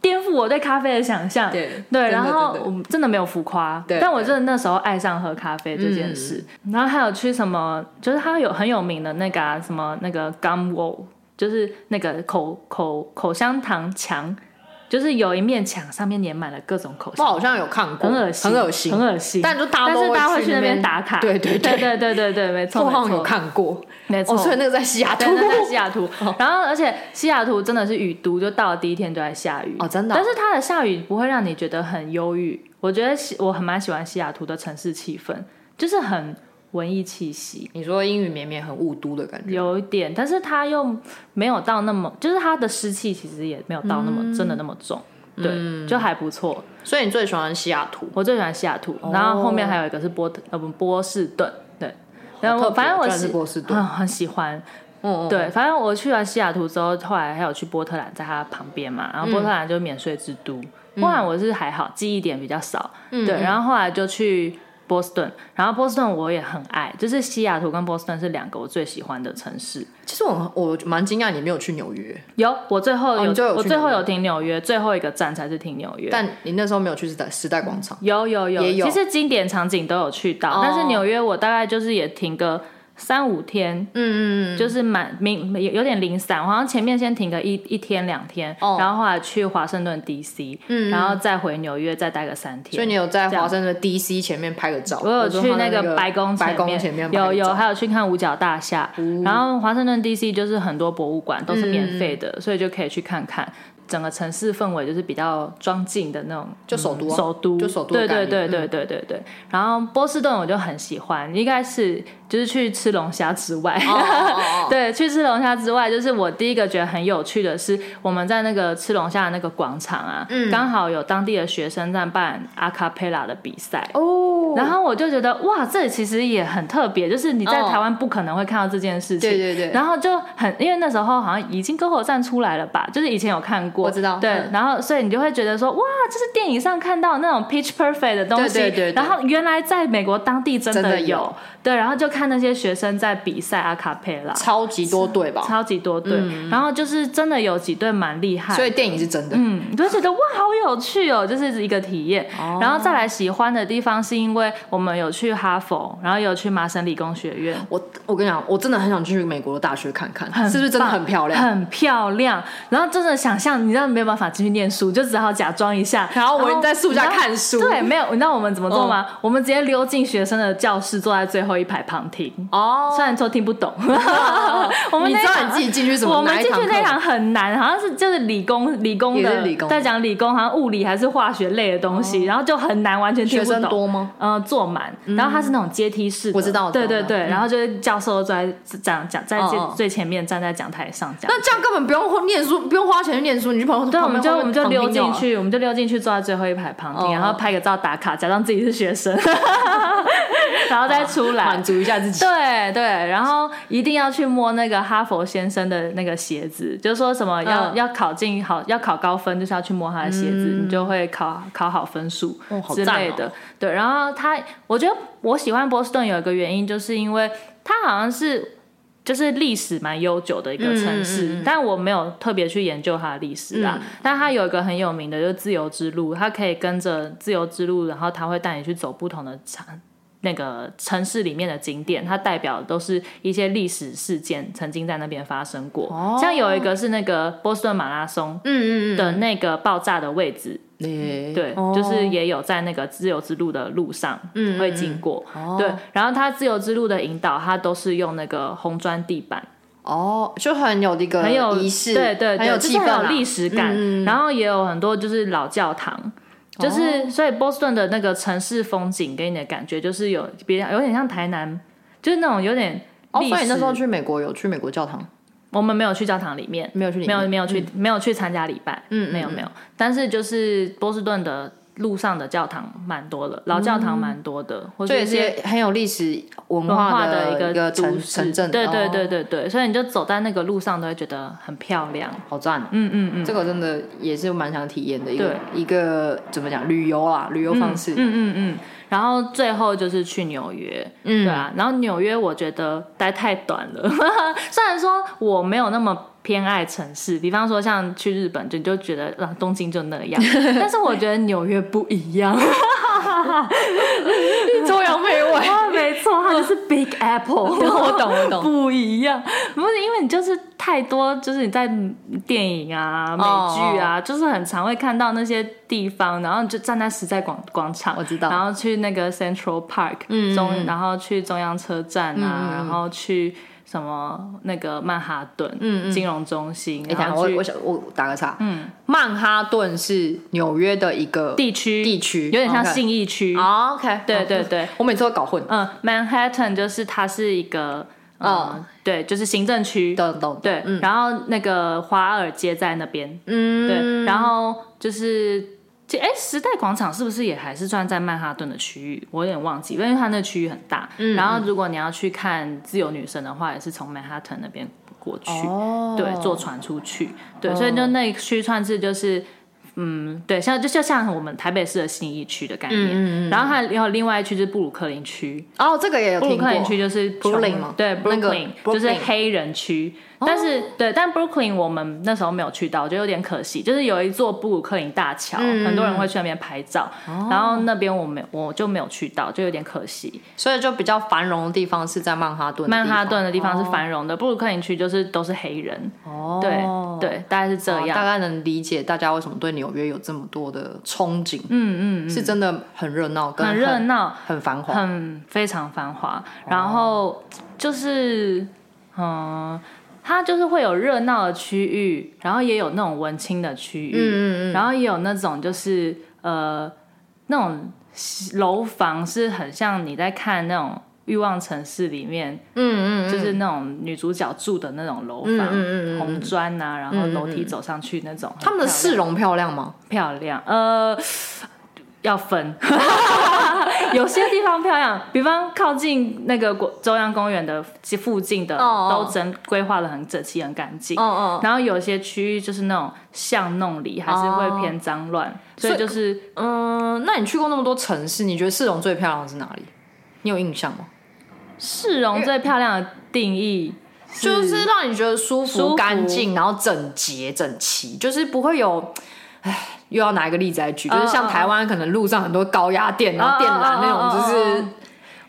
Speaker 2: 颠覆我对咖啡的想象。
Speaker 1: 对真的
Speaker 2: 对，然后
Speaker 1: 真的
Speaker 2: 我真的没有浮夸，
Speaker 1: 对嗯
Speaker 2: 但我真的那时候爱上喝咖啡这件事。然后还有去什么，就是他有很有名的那个、啊、什么那个 gum wall，就是那个口口口香糖墙，就是有一面墙上面粘满了各种口
Speaker 1: 我
Speaker 2: 香
Speaker 1: 好像有看过，
Speaker 2: 很恶心，
Speaker 1: 很恶心，
Speaker 2: 很恶心。
Speaker 1: 但就大家
Speaker 2: 但
Speaker 1: 都
Speaker 2: 是大家
Speaker 1: 会
Speaker 2: 会
Speaker 1: 去那
Speaker 2: 那
Speaker 1: 边
Speaker 2: 边打卡，
Speaker 1: 对对
Speaker 2: 对
Speaker 1: 对
Speaker 2: 对对对对，没错，
Speaker 1: 我好
Speaker 2: 没
Speaker 1: 像有
Speaker 2: 错，
Speaker 1: 看过，
Speaker 2: 没错。
Speaker 1: 哦，所以那个在西雅图
Speaker 2: 对，，那在西雅图。
Speaker 1: 哦
Speaker 2: 然后，而且西雅图真的是雨都，就到了第一天就在下雨
Speaker 1: 哦真的哦
Speaker 2: 但是它的下雨不会让你觉得很忧郁，我觉得西我很蛮喜欢西雅图的城市气氛，就是很文艺气息。
Speaker 1: 你说阴雨绵绵很雾都的感觉，
Speaker 2: 有一点，但是它又没有到那么，就是它的湿气其实也没有到那么、真的那么重，
Speaker 1: 嗯
Speaker 2: 对，就还不错。
Speaker 1: 所以你最喜欢西雅图？
Speaker 2: 我最喜欢西雅
Speaker 1: 哦
Speaker 2: 图，然后后面还有一个是波特，呃，不波士顿，对。然后
Speaker 1: 特
Speaker 2: 我
Speaker 1: 别
Speaker 2: 反正我
Speaker 1: 居然是
Speaker 2: 喜
Speaker 1: 波士顿
Speaker 2: 嗯很喜欢，
Speaker 1: 嗯，嗯，
Speaker 2: 对，反正我去完西雅图之后，后来还有去波特兰，在它旁边嘛，然后
Speaker 1: 嗯
Speaker 2: 波特兰就是免税之都。波特兰我是还好，记忆点比较少，
Speaker 1: 嗯
Speaker 2: 对。然后后来就去波士顿，然后波士顿我也很爱，就是西雅图跟波士顿是两个我最喜欢的城市。
Speaker 1: 其实我我蛮惊讶你没有去纽约，
Speaker 2: 有，我最后有,、
Speaker 1: 哦你最后有
Speaker 2: 我
Speaker 1: 去
Speaker 2: 最后
Speaker 1: 纽约
Speaker 2: 有停纽约，最后一个站才是停纽约。
Speaker 1: 但你那时候没有去时代时代广场，
Speaker 2: 有有有，
Speaker 1: 也有
Speaker 2: 其实经典场景都有去到，
Speaker 1: 哦
Speaker 2: 但是纽约我大概就是也停个三五天，
Speaker 1: 嗯嗯
Speaker 2: 就是蛮明有有点零散，我好像前面先停个一一天两天，
Speaker 1: 哦嗯
Speaker 2: 然后后来去华盛顿 D.C.，、然后再回纽约再待个三天。
Speaker 1: 所以你有在
Speaker 2: 这样
Speaker 1: 华盛顿 D.C. 前面拍个照，
Speaker 2: 我有
Speaker 1: 或者
Speaker 2: 去
Speaker 1: 说它
Speaker 2: 那
Speaker 1: 的那
Speaker 2: 个白宫
Speaker 1: 白宫
Speaker 2: 面，
Speaker 1: 前面拍
Speaker 2: 有
Speaker 1: 个
Speaker 2: 有，
Speaker 1: 照哦
Speaker 2: 还有去看五角大厦。然后华盛顿 D.C. 就是很多博物馆都
Speaker 1: 嗯
Speaker 2: 是免费的，所以就可以去看看。整个城市氛围就是比较庄敬的那种，
Speaker 1: 就首都啊
Speaker 2: 嗯首都，
Speaker 1: 就首都的
Speaker 2: 对
Speaker 1: 概
Speaker 2: 对
Speaker 1: 念嗯
Speaker 2: 对对对对对。然后波士顿我就很喜欢，应该是就是去吃龙虾之外，
Speaker 1: 哦哦哦
Speaker 2: 对，去吃龙虾之外，就是我第一个觉得很有趣的是，我们在那个吃龙虾的那个广场啊，
Speaker 1: 嗯
Speaker 2: 刚好有当地的学生在办阿卡贝拉的比赛。
Speaker 1: 哦
Speaker 2: 然后我就觉得哇，这其实也很特别，就是你在
Speaker 1: 哦
Speaker 2: 台湾不可能会看到这件事情。
Speaker 1: 对对对
Speaker 2: 然后就很，因为那时候好像已经篝火站出来了吧，就是以前有看过，
Speaker 1: 我知道
Speaker 2: 对，
Speaker 1: 嗯
Speaker 2: 然后所以你就会觉得说哇，这是电影上看到那种 pitch perfect 的东西，
Speaker 1: 对对对对
Speaker 2: 然后原来在美国当地真
Speaker 1: 真的
Speaker 2: 的
Speaker 1: 有
Speaker 2: 对，然后就看那些学生在比赛阿卡贝拉，
Speaker 1: 超级多对吧？
Speaker 2: 超级多队，然后就是真的有几队蛮厉害
Speaker 1: 嗯
Speaker 2: 的，
Speaker 1: 所以电影是真的，
Speaker 2: 嗯，你就会觉得哇，好有趣哦，就是一个体验。
Speaker 1: 哦
Speaker 2: 然后再来喜欢的地方，是因为我们有去哈佛，然后有去麻省理工学院，
Speaker 1: 我我跟你讲，我真的很想去美国的大学看看，是不是真的
Speaker 2: 棒
Speaker 1: 很漂亮？
Speaker 2: 很漂亮。然后真的想象，你知道没有办法进去念书，就只好假装一下。
Speaker 1: 然后我在树下
Speaker 2: 你知道
Speaker 1: 看书哦
Speaker 2: 对，没有，你知道我们怎么做吗？我们直接溜进学生的教室，坐在最后一排旁听。
Speaker 1: 哦，
Speaker 2: 虽然说听不懂， 我们
Speaker 1: 你
Speaker 2: 那
Speaker 1: 知
Speaker 2: 一
Speaker 1: 道
Speaker 2: 场
Speaker 1: 你自己进去什么？
Speaker 2: 我们
Speaker 1: 哪一
Speaker 2: 进
Speaker 1: 堂
Speaker 2: 去
Speaker 1: 课
Speaker 2: 那堂很难，好像是就是理工理工
Speaker 1: 也是
Speaker 2: 的，
Speaker 1: 理工的哦
Speaker 2: 在讲理工，好像物理还是化学类的东西，然后就很难，完全听
Speaker 1: 学
Speaker 2: 不懂。
Speaker 1: 生多吗？嗯
Speaker 2: 呃，坐满，然后它是那种阶梯式的，
Speaker 1: 我知道我知道
Speaker 2: 对对对，
Speaker 1: 嗯
Speaker 2: 然后就是教授坐在讲讲在最
Speaker 1: 嗯嗯
Speaker 2: 最前面站在讲台上讲。
Speaker 1: 那这样根本不用念书，不用花钱去念书，你去旁边
Speaker 2: 对，我们就
Speaker 1: 旁边啊
Speaker 2: 我们就溜进，
Speaker 1: 旁边
Speaker 2: 去，我们就溜进去，坐在最后一排旁听，
Speaker 1: 嗯
Speaker 2: 然后拍个照打卡，假装自己是学生， 然后再出
Speaker 1: 好
Speaker 2: 来
Speaker 1: 啊满足一下自己。
Speaker 2: 对对，然后一定要去摸那个哈佛先生的那个鞋子，就是说什么要、
Speaker 1: 嗯
Speaker 2: 要考进好要考高分，就是要去摸他的鞋子，你就会考考好分数
Speaker 1: 哦好
Speaker 2: 之
Speaker 1: 赞
Speaker 2: 类的。
Speaker 1: 哦
Speaker 2: 对，然后他，我觉得我喜欢波士顿有一个原因，就是因为它好像是。就是历史蛮悠久的一个城
Speaker 1: 嗯
Speaker 2: 市，但我没有特别去研究它的历史啦。但它有一个很有名的，就是自由之路，它可以跟着自由之路，然后它会带你去走不同的场那个城市里面的景点，它代表的都是一些历史事件曾经在那边发生过。
Speaker 1: 哦
Speaker 2: 像有一个是那个波士顿马拉松
Speaker 1: 嗯嗯
Speaker 2: 的那个爆炸的位置，
Speaker 1: 嗯，
Speaker 2: 对，
Speaker 1: 哦嗯
Speaker 2: 就是也有在那个自由之路的路上会经过。
Speaker 1: 哦
Speaker 2: 对，然后它自由之路的引导，它都是用那个红砖地板。
Speaker 1: 哦，就很有一个
Speaker 2: 很有
Speaker 1: 仪式，
Speaker 2: 对对对，
Speaker 1: 很有
Speaker 2: 就是
Speaker 1: 气氛
Speaker 2: 很
Speaker 1: 啊
Speaker 2: 有历史感、然后也有很多就是老教堂，就是、
Speaker 1: 哦
Speaker 2: 所以波士顿的那个城市风景给你的感觉就是有比较有点像台南。就是那种有点
Speaker 1: 哦，
Speaker 2: 历
Speaker 1: 所以你那
Speaker 2: 史
Speaker 1: 时候去美国有去美国教堂，
Speaker 2: 我们没有去教堂里面，
Speaker 1: 没有去里
Speaker 2: 没
Speaker 1: 面
Speaker 2: 有没有去、没有去参加礼拜，
Speaker 1: 嗯嗯嗯
Speaker 2: 没有没有。但是就是波士顿的路上的教堂蛮多的，老教堂蛮多的，
Speaker 1: 嗯
Speaker 2: 或
Speaker 1: 这
Speaker 2: 者一
Speaker 1: 也
Speaker 2: 些
Speaker 1: 是很有历史文
Speaker 2: 文化
Speaker 1: 的
Speaker 2: 一
Speaker 1: 一
Speaker 2: 个都
Speaker 1: 城
Speaker 2: 市
Speaker 1: 城镇，
Speaker 2: 对对
Speaker 1: 哦
Speaker 2: 对对对，所以你就走在那个路上都会觉得很漂亮。
Speaker 1: 好赞哦！
Speaker 2: 嗯嗯嗯，
Speaker 1: 这个真的也是蛮想体验的一个
Speaker 2: 对
Speaker 1: 一个怎么讲旅游啊，旅游方式。
Speaker 2: 嗯嗯嗯。然后最后就是去纽约，
Speaker 1: 嗯
Speaker 2: 对啊。然后纽约我觉得待太短了， 虽然说我没有那么偏爱城市，比方说像去日本就你就觉得啊东京就那 样，但是我觉得纽约不一样。
Speaker 1: 周扬美味，
Speaker 2: 啊，没错，它就是 Big Apple，
Speaker 1: 我懂我懂
Speaker 2: 不一样。不是因为你就是太多，就是你在电影啊、美剧
Speaker 1: 哦
Speaker 2: 啊就是很常会看到那些地方，然后你就站在时代广广场，
Speaker 1: 我知道
Speaker 2: 然后去那个 Central Park，
Speaker 1: 嗯
Speaker 2: 中
Speaker 1: 嗯，
Speaker 2: 然后去中央车站啊，
Speaker 1: 嗯嗯嗯
Speaker 2: 然后去什么那个曼哈顿，
Speaker 1: 嗯嗯
Speaker 2: 金融中心，
Speaker 1: 你
Speaker 2: 然
Speaker 1: 看，我
Speaker 2: 后
Speaker 1: 我
Speaker 2: 去
Speaker 1: 想我打个岔，
Speaker 2: 嗯
Speaker 1: 曼哈顿是纽约的一个
Speaker 2: 地区，
Speaker 1: 地区，哦
Speaker 2: 有点像
Speaker 1: OK
Speaker 2: 信义区。
Speaker 1: 哦 OK，
Speaker 2: 对
Speaker 1: 好
Speaker 2: 对对，
Speaker 1: 我每次都搞混。
Speaker 2: 嗯，Manhattan 就是它是一个，嗯
Speaker 1: 嗯，
Speaker 2: 对，就是行政区，
Speaker 1: 懂懂，
Speaker 2: 对，
Speaker 1: 嗯
Speaker 2: 然后那个华尔街在那边，
Speaker 1: 嗯，
Speaker 2: 对，然后就是。其哎，时代广场是不是也还是算在曼哈顿的区域？我有点忘记，因为它那区域很大。
Speaker 1: 嗯
Speaker 2: 然后如果你要去看自由女神的话，也是从曼哈顿那边过去，
Speaker 1: 哦，
Speaker 2: 对，坐船出去，对，所以就那一区算是就是，嗯，对，像就就像我们台北市的新一区的概
Speaker 1: 嗯
Speaker 2: 念。然后还有另外一区就是布鲁克林区，
Speaker 1: 哦，这个也有
Speaker 2: 布鲁
Speaker 1: 听
Speaker 2: 克林
Speaker 1: 过
Speaker 2: 区就是
Speaker 1: 布鲁克林
Speaker 2: 穷
Speaker 1: 吗
Speaker 2: 对
Speaker 1: 那个
Speaker 2: Brooklyn 就是
Speaker 1: ，Brooklyn 哦
Speaker 2: 黑人区，但是对，但 Brooklyn 我们那时候没有去到，我觉得有点可惜。就是有一座布鲁克林大
Speaker 1: 嗯
Speaker 2: 桥，很多人会去那边拍照，
Speaker 1: 哦
Speaker 2: 然后那边我没我就没有去到，就有点可惜。
Speaker 1: 所以就比较繁荣的地方是在曼哈顿的地
Speaker 2: 曼
Speaker 1: 方，
Speaker 2: 哈顿的地方是繁荣的，布鲁克林区就是都是黑人，
Speaker 1: 哦，
Speaker 2: 对
Speaker 1: 哦
Speaker 2: 对，大概是这
Speaker 1: 大
Speaker 2: 样。
Speaker 1: 概能理解大家为什么对纽约有这么多的憧憬。嗯嗯，是真的很热闹，跟
Speaker 2: 很热闹，
Speaker 1: 很繁华。
Speaker 2: 很非常繁华，然后就是嗯。它就是会有热闹的区域，然后也有那种文青的区域，嗯嗯然后也有那种就是呃那种楼房是很像你在看那种《欲望城市》里面，嗯嗯就是那种女主角住的那种楼房，嗯嗯嗯红砖呐、然后楼梯走上去那种，
Speaker 1: 他们的市容漂亮吗？
Speaker 2: 很漂亮，呃，要分， 有些地方漂亮，比方靠近那个国中央公园的附近的，
Speaker 1: 哦哦
Speaker 2: 都整规划的很整齐、很干净。
Speaker 1: 哦
Speaker 2: 然后有些区域就是那种巷弄里还是会
Speaker 1: 哦
Speaker 2: 偏脏乱，所以
Speaker 1: 所以
Speaker 2: 就是
Speaker 1: 哦，嗯，那你去过那么多城市，你觉得市容最漂亮的是哪里？你有印象吗？
Speaker 2: 市容最漂亮的定义
Speaker 1: 就是让你觉得舒
Speaker 2: 舒服
Speaker 1: 服、干净，然后整洁、整齐，就是不会有。唉，又要拿一个例子来举，就是像
Speaker 2: 嗯嗯
Speaker 1: 台湾可能路上很多高压电，然后电缆那
Speaker 2: 嗯嗯嗯
Speaker 1: 种，就是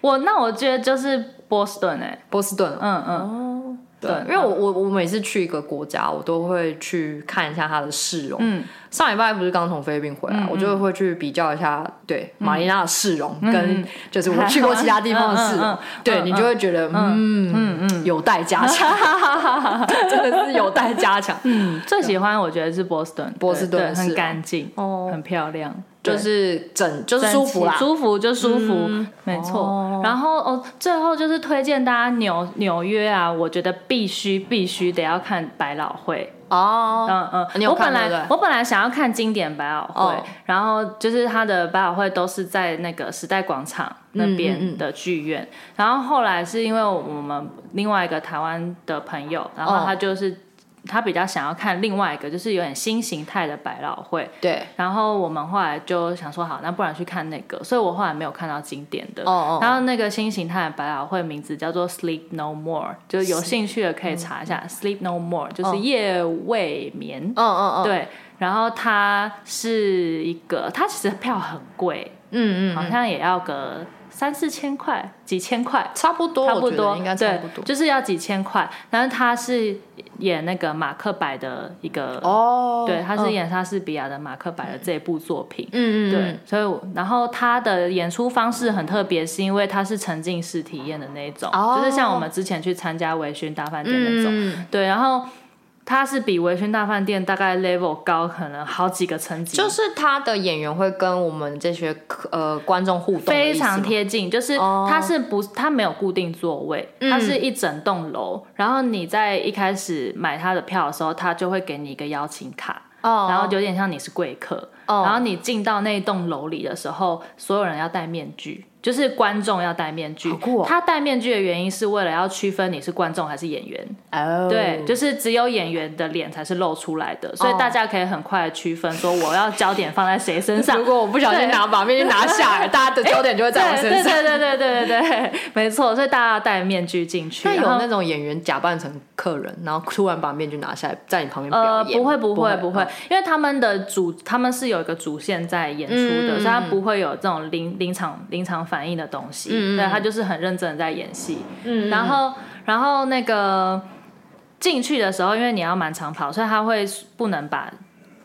Speaker 2: 我那我觉得就是波士顿哎、
Speaker 1: 波士顿。
Speaker 2: 嗯嗯，
Speaker 1: 对，因为我我我每次去一个国家，我都会去看一下它的市容。
Speaker 2: 嗯
Speaker 1: 上礼拜不是刚从菲律宾回来，我就会去比较一下，对马尼拉的市容
Speaker 2: 嗯
Speaker 1: 跟就是我去过其他地方的市
Speaker 2: 嗯嗯嗯
Speaker 1: 容
Speaker 2: 嗯，
Speaker 1: 对你就会觉得嗯嗯嗯有待加强，真的是有待加强。
Speaker 2: 嗯，最喜欢我觉得是波士顿，
Speaker 1: 波士顿
Speaker 2: 对对
Speaker 1: 是
Speaker 2: 很
Speaker 1: 哦
Speaker 2: 干净，
Speaker 1: 哦
Speaker 2: 很漂亮，对
Speaker 1: 就是整就是
Speaker 2: 整
Speaker 1: 舒服啦
Speaker 2: 齐。舒服就舒服，
Speaker 1: 嗯
Speaker 2: 没错。
Speaker 1: 哦
Speaker 2: 然后哦，最后就是推荐大家纽纽约啊，我觉得必须必须得要看百老汇。
Speaker 1: 哦，
Speaker 2: 嗯嗯，
Speaker 1: 你有
Speaker 2: 我
Speaker 1: 看
Speaker 2: 本来
Speaker 1: 对不对
Speaker 2: 我本来想要看经典百老汇，
Speaker 1: 哦
Speaker 2: 然后就是它的百老汇都是在那个时代广场那
Speaker 1: 嗯嗯
Speaker 2: 边
Speaker 1: 嗯
Speaker 2: 的剧院，然后后来是因为我们另外一个台湾的朋友，然后
Speaker 1: 哦
Speaker 2: 他就是、他比较想要看另外一个就是有点新形态的百老汇，
Speaker 1: 对，
Speaker 2: 然后我们后来就想说，好，那不然去看那个，所以我后来没有看到经典的。
Speaker 1: 哦哦
Speaker 2: 然后那个新形态的百老汇名字叫做 Sleep No More，就是有兴趣的可以查一下、Sleep No More，就是
Speaker 1: 哦
Speaker 2: 夜未眠。
Speaker 1: 嗯嗯嗯，
Speaker 2: 对，然后它是一个，它其实票很贵，
Speaker 1: 嗯嗯，
Speaker 2: 好像也要个三四千块，几千块。
Speaker 1: 差不多，
Speaker 2: 差不
Speaker 1: 我觉
Speaker 2: 多，
Speaker 1: 得应该差
Speaker 2: 对
Speaker 1: 不，多。
Speaker 2: 就是要几千块。但是他是演那个马克白的一个
Speaker 1: 哦，
Speaker 2: 对，他是
Speaker 1: 嗯
Speaker 2: 演莎士比亚的《马克白》的这部作品。
Speaker 1: 嗯嗯
Speaker 2: 对，所以我然后他的演出方式很特别，是因为他是沉浸式体验的那一种，
Speaker 1: 哦
Speaker 2: 就是像我们之前去参加微醺大饭店那种。
Speaker 1: 嗯
Speaker 2: 对，然后它是比微醺大饭店大概 level 高，可能好几个层级，
Speaker 1: 就是他的演员会跟我们这些客呃观众互动的意
Speaker 2: 非
Speaker 1: 思吗，
Speaker 2: 常贴近，就是
Speaker 1: 哦嗯
Speaker 2: 它是不，它没有固定座位，它是一整栋楼。然后你在一开始买它的票的时候，它就会给你一个邀请卡，
Speaker 1: 哦，
Speaker 2: 然后有点像你是贵客。
Speaker 1: 哦
Speaker 2: 然后你进到那一栋楼里的时候，所有人要戴面具，就是观众要戴面具。
Speaker 1: 好酷哦
Speaker 2: 他戴面具的原因是为了要区分你是观众还是演员。
Speaker 1: 哦
Speaker 2: 对，就是只有演员的脸才是露出来的，所以大家可以很快的区分说我要焦点放在谁身上
Speaker 1: 如。果我不小心
Speaker 2: 对
Speaker 1: 拿把面具拿下 来，大家的焦点就会在我身上。
Speaker 2: 对对对对对对对，没错，所以大家要戴面具进去。
Speaker 1: 那有
Speaker 2: 然后
Speaker 1: 那种演员假扮成客人，然后突然把面具拿下来，在你旁边表
Speaker 2: 呃，
Speaker 1: 演？
Speaker 2: 不会不会不会
Speaker 1: 哦，
Speaker 2: 因为他们的主他们是有一个主线在演出的，所以他不会有这种临临场临场反应的东西。对他就是很认真的在演戏。嗯，然后然后那个进去的时候，因为你要满场跑，所以他会不能把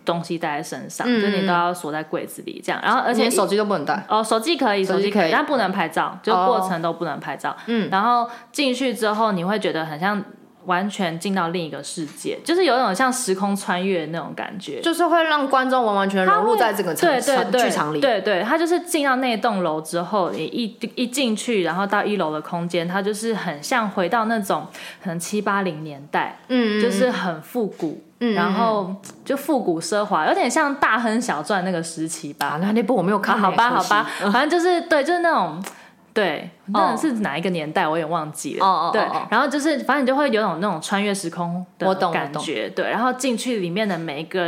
Speaker 2: 东西带在身上，就你都要锁在柜子里这样。然后而
Speaker 1: 而且
Speaker 2: 且
Speaker 1: 连手机都不能带。
Speaker 2: 哦，手机可以，
Speaker 1: 手
Speaker 2: 手
Speaker 1: 机
Speaker 2: 机
Speaker 1: 可
Speaker 2: 可
Speaker 1: 以
Speaker 2: 以，但不能拍照，就
Speaker 1: 哦
Speaker 2: 过程都不能拍照。
Speaker 1: 嗯
Speaker 2: 然后进去之后，你会觉得很像完全进到另一个世界，就是有一种像时空穿越的那种感觉。
Speaker 1: 就是会让观众完完全全融入在这个场
Speaker 2: 对对
Speaker 1: 场
Speaker 2: 对，
Speaker 1: 剧场里。
Speaker 2: 对对，他就是进到那栋楼之后，你一一进去，然后到一楼的空间，它就是很像回到那种可能七八零年代，
Speaker 1: 嗯，嗯
Speaker 2: 就是很复古，然后就复古奢华，有点像大亨小传那个时期吧
Speaker 1: 啊，。那那部我没有看
Speaker 2: 啊，
Speaker 1: 欸，
Speaker 2: 好吧，
Speaker 1: 可
Speaker 2: 好
Speaker 1: 惜
Speaker 2: 吧，，反 正就是对，就是那种。对，那是哪一个年代我有点忘记了。
Speaker 1: 哦哦哦哦
Speaker 2: 对
Speaker 1: 哦，
Speaker 2: 然后就是反正你就会有种那种穿越时空
Speaker 1: 我
Speaker 2: 的
Speaker 1: 懂我
Speaker 2: 感
Speaker 1: 懂
Speaker 2: 觉，对。然后进去里面的每一个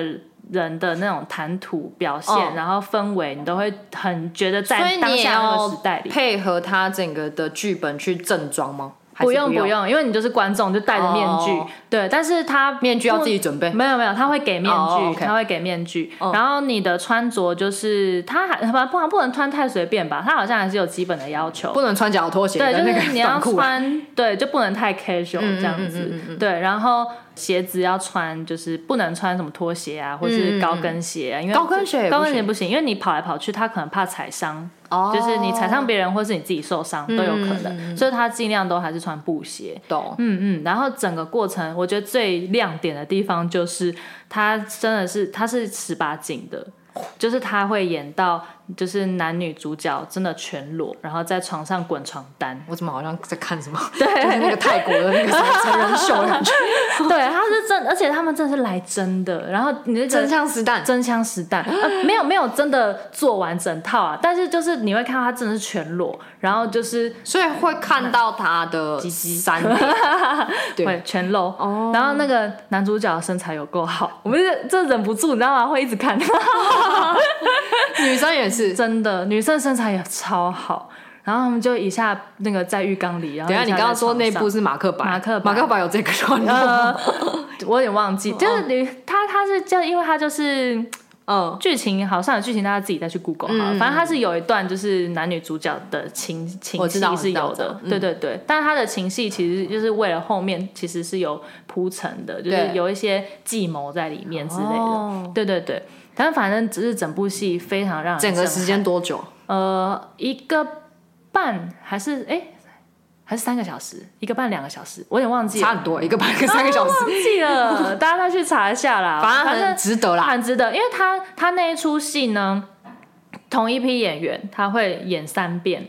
Speaker 2: 人的那种谈吐表现，
Speaker 1: 哦
Speaker 2: 然后氛围，你都会很觉得
Speaker 1: 所
Speaker 2: 在
Speaker 1: 以
Speaker 2: 当
Speaker 1: 你也
Speaker 2: 下那
Speaker 1: 要
Speaker 2: 个时代里。
Speaker 1: 配合他整个的剧本去正装吗？还是
Speaker 2: 不用
Speaker 1: 不
Speaker 2: 不，用，因为你就是观众，就戴着面具。
Speaker 1: 哦
Speaker 2: 对，但是他
Speaker 1: 面具要
Speaker 2: 不
Speaker 1: 自己准备。
Speaker 2: 没有没有，他会给面具，
Speaker 1: 哎哦，OK 哦
Speaker 2: 他会给面具。然后你的穿着就是他还不不不能穿太随便吧，他好像还是有基本的要求。
Speaker 1: 不能穿脚拖鞋的
Speaker 2: 对，
Speaker 1: 那
Speaker 2: 就是你
Speaker 1: 个
Speaker 2: 要
Speaker 1: 短裤啊，嗯
Speaker 2: 穿，对，就不能太 casual 这样子，对，然后鞋子要穿，就是不能穿什么拖鞋啊，或是高跟鞋啊，因为
Speaker 1: 高跟鞋也不
Speaker 2: 高跟鞋
Speaker 1: 行
Speaker 2: 不行，因为你跑来跑去，他可能怕踩伤，
Speaker 1: 哦嗯
Speaker 2: 就是你踩伤别人或是你自己受伤都有可能，所以他尽量都还是穿布鞋。
Speaker 1: 懂
Speaker 2: 嗯嗯，然后整个过程，我觉得最亮点的地方就是他真的是他是十八禁的，就是他会演到就是男女主角真的全裸，然后在床上滚床单。
Speaker 1: 我怎么好像在看什么？对， 就是那个泰国的那个什么成人秀 的 感觉，
Speaker 2: 对，他是真，而且他们真的是来真的，然后你就觉得
Speaker 1: 真枪实弹。
Speaker 2: 真枪实弹，呃、没有没有真的做完整套啊，但是就是你会看到他真的是全裸，然后就是
Speaker 1: 所以会看到他的三点，对
Speaker 2: 会全露，然后那个男主角的身材有够好，我们这这忍不住，你知道吗？会一直看，
Speaker 1: 女生也是。
Speaker 2: 真的，女生身材也超好，然后他们就一下那个在浴缸里，然后
Speaker 1: 等一下，你
Speaker 2: 在
Speaker 1: 刚刚说那
Speaker 2: 床上
Speaker 1: 部是马克白，
Speaker 2: 马克白
Speaker 1: 马克白有这个穿吗？哦
Speaker 2: 呃，我有点忘记，就是你他他是这样，因为他就是
Speaker 1: 嗯，
Speaker 2: 剧情好像有剧情，大家自己再去 Google 哈。反正它是有一段就是男女主角的情
Speaker 1: 我
Speaker 2: 情
Speaker 1: 知道
Speaker 2: 戏是
Speaker 1: 我知道
Speaker 2: 有
Speaker 1: 我
Speaker 2: 的
Speaker 1: 知道，嗯
Speaker 2: 对对对。但他的情戏其实就是为了后面其实是有铺陈的，就是
Speaker 1: 对
Speaker 2: 有一些计谋在里面之类
Speaker 1: 哦
Speaker 2: 的，对对对。但反正只是整部戏非常让人
Speaker 1: 整个
Speaker 2: 震撼
Speaker 1: 时间多久？
Speaker 2: 呃一个半还是哎、还是三个小时，一个半两个小时，我有点忘记了，啊
Speaker 1: 差很多，一个半个三个小时，
Speaker 2: 忘记 了，大家再去查一下啦。
Speaker 1: 反
Speaker 2: 正
Speaker 1: 正很值得啦。
Speaker 2: 很值得，因为他他那一出戏呢，同一批演员他会演三遍，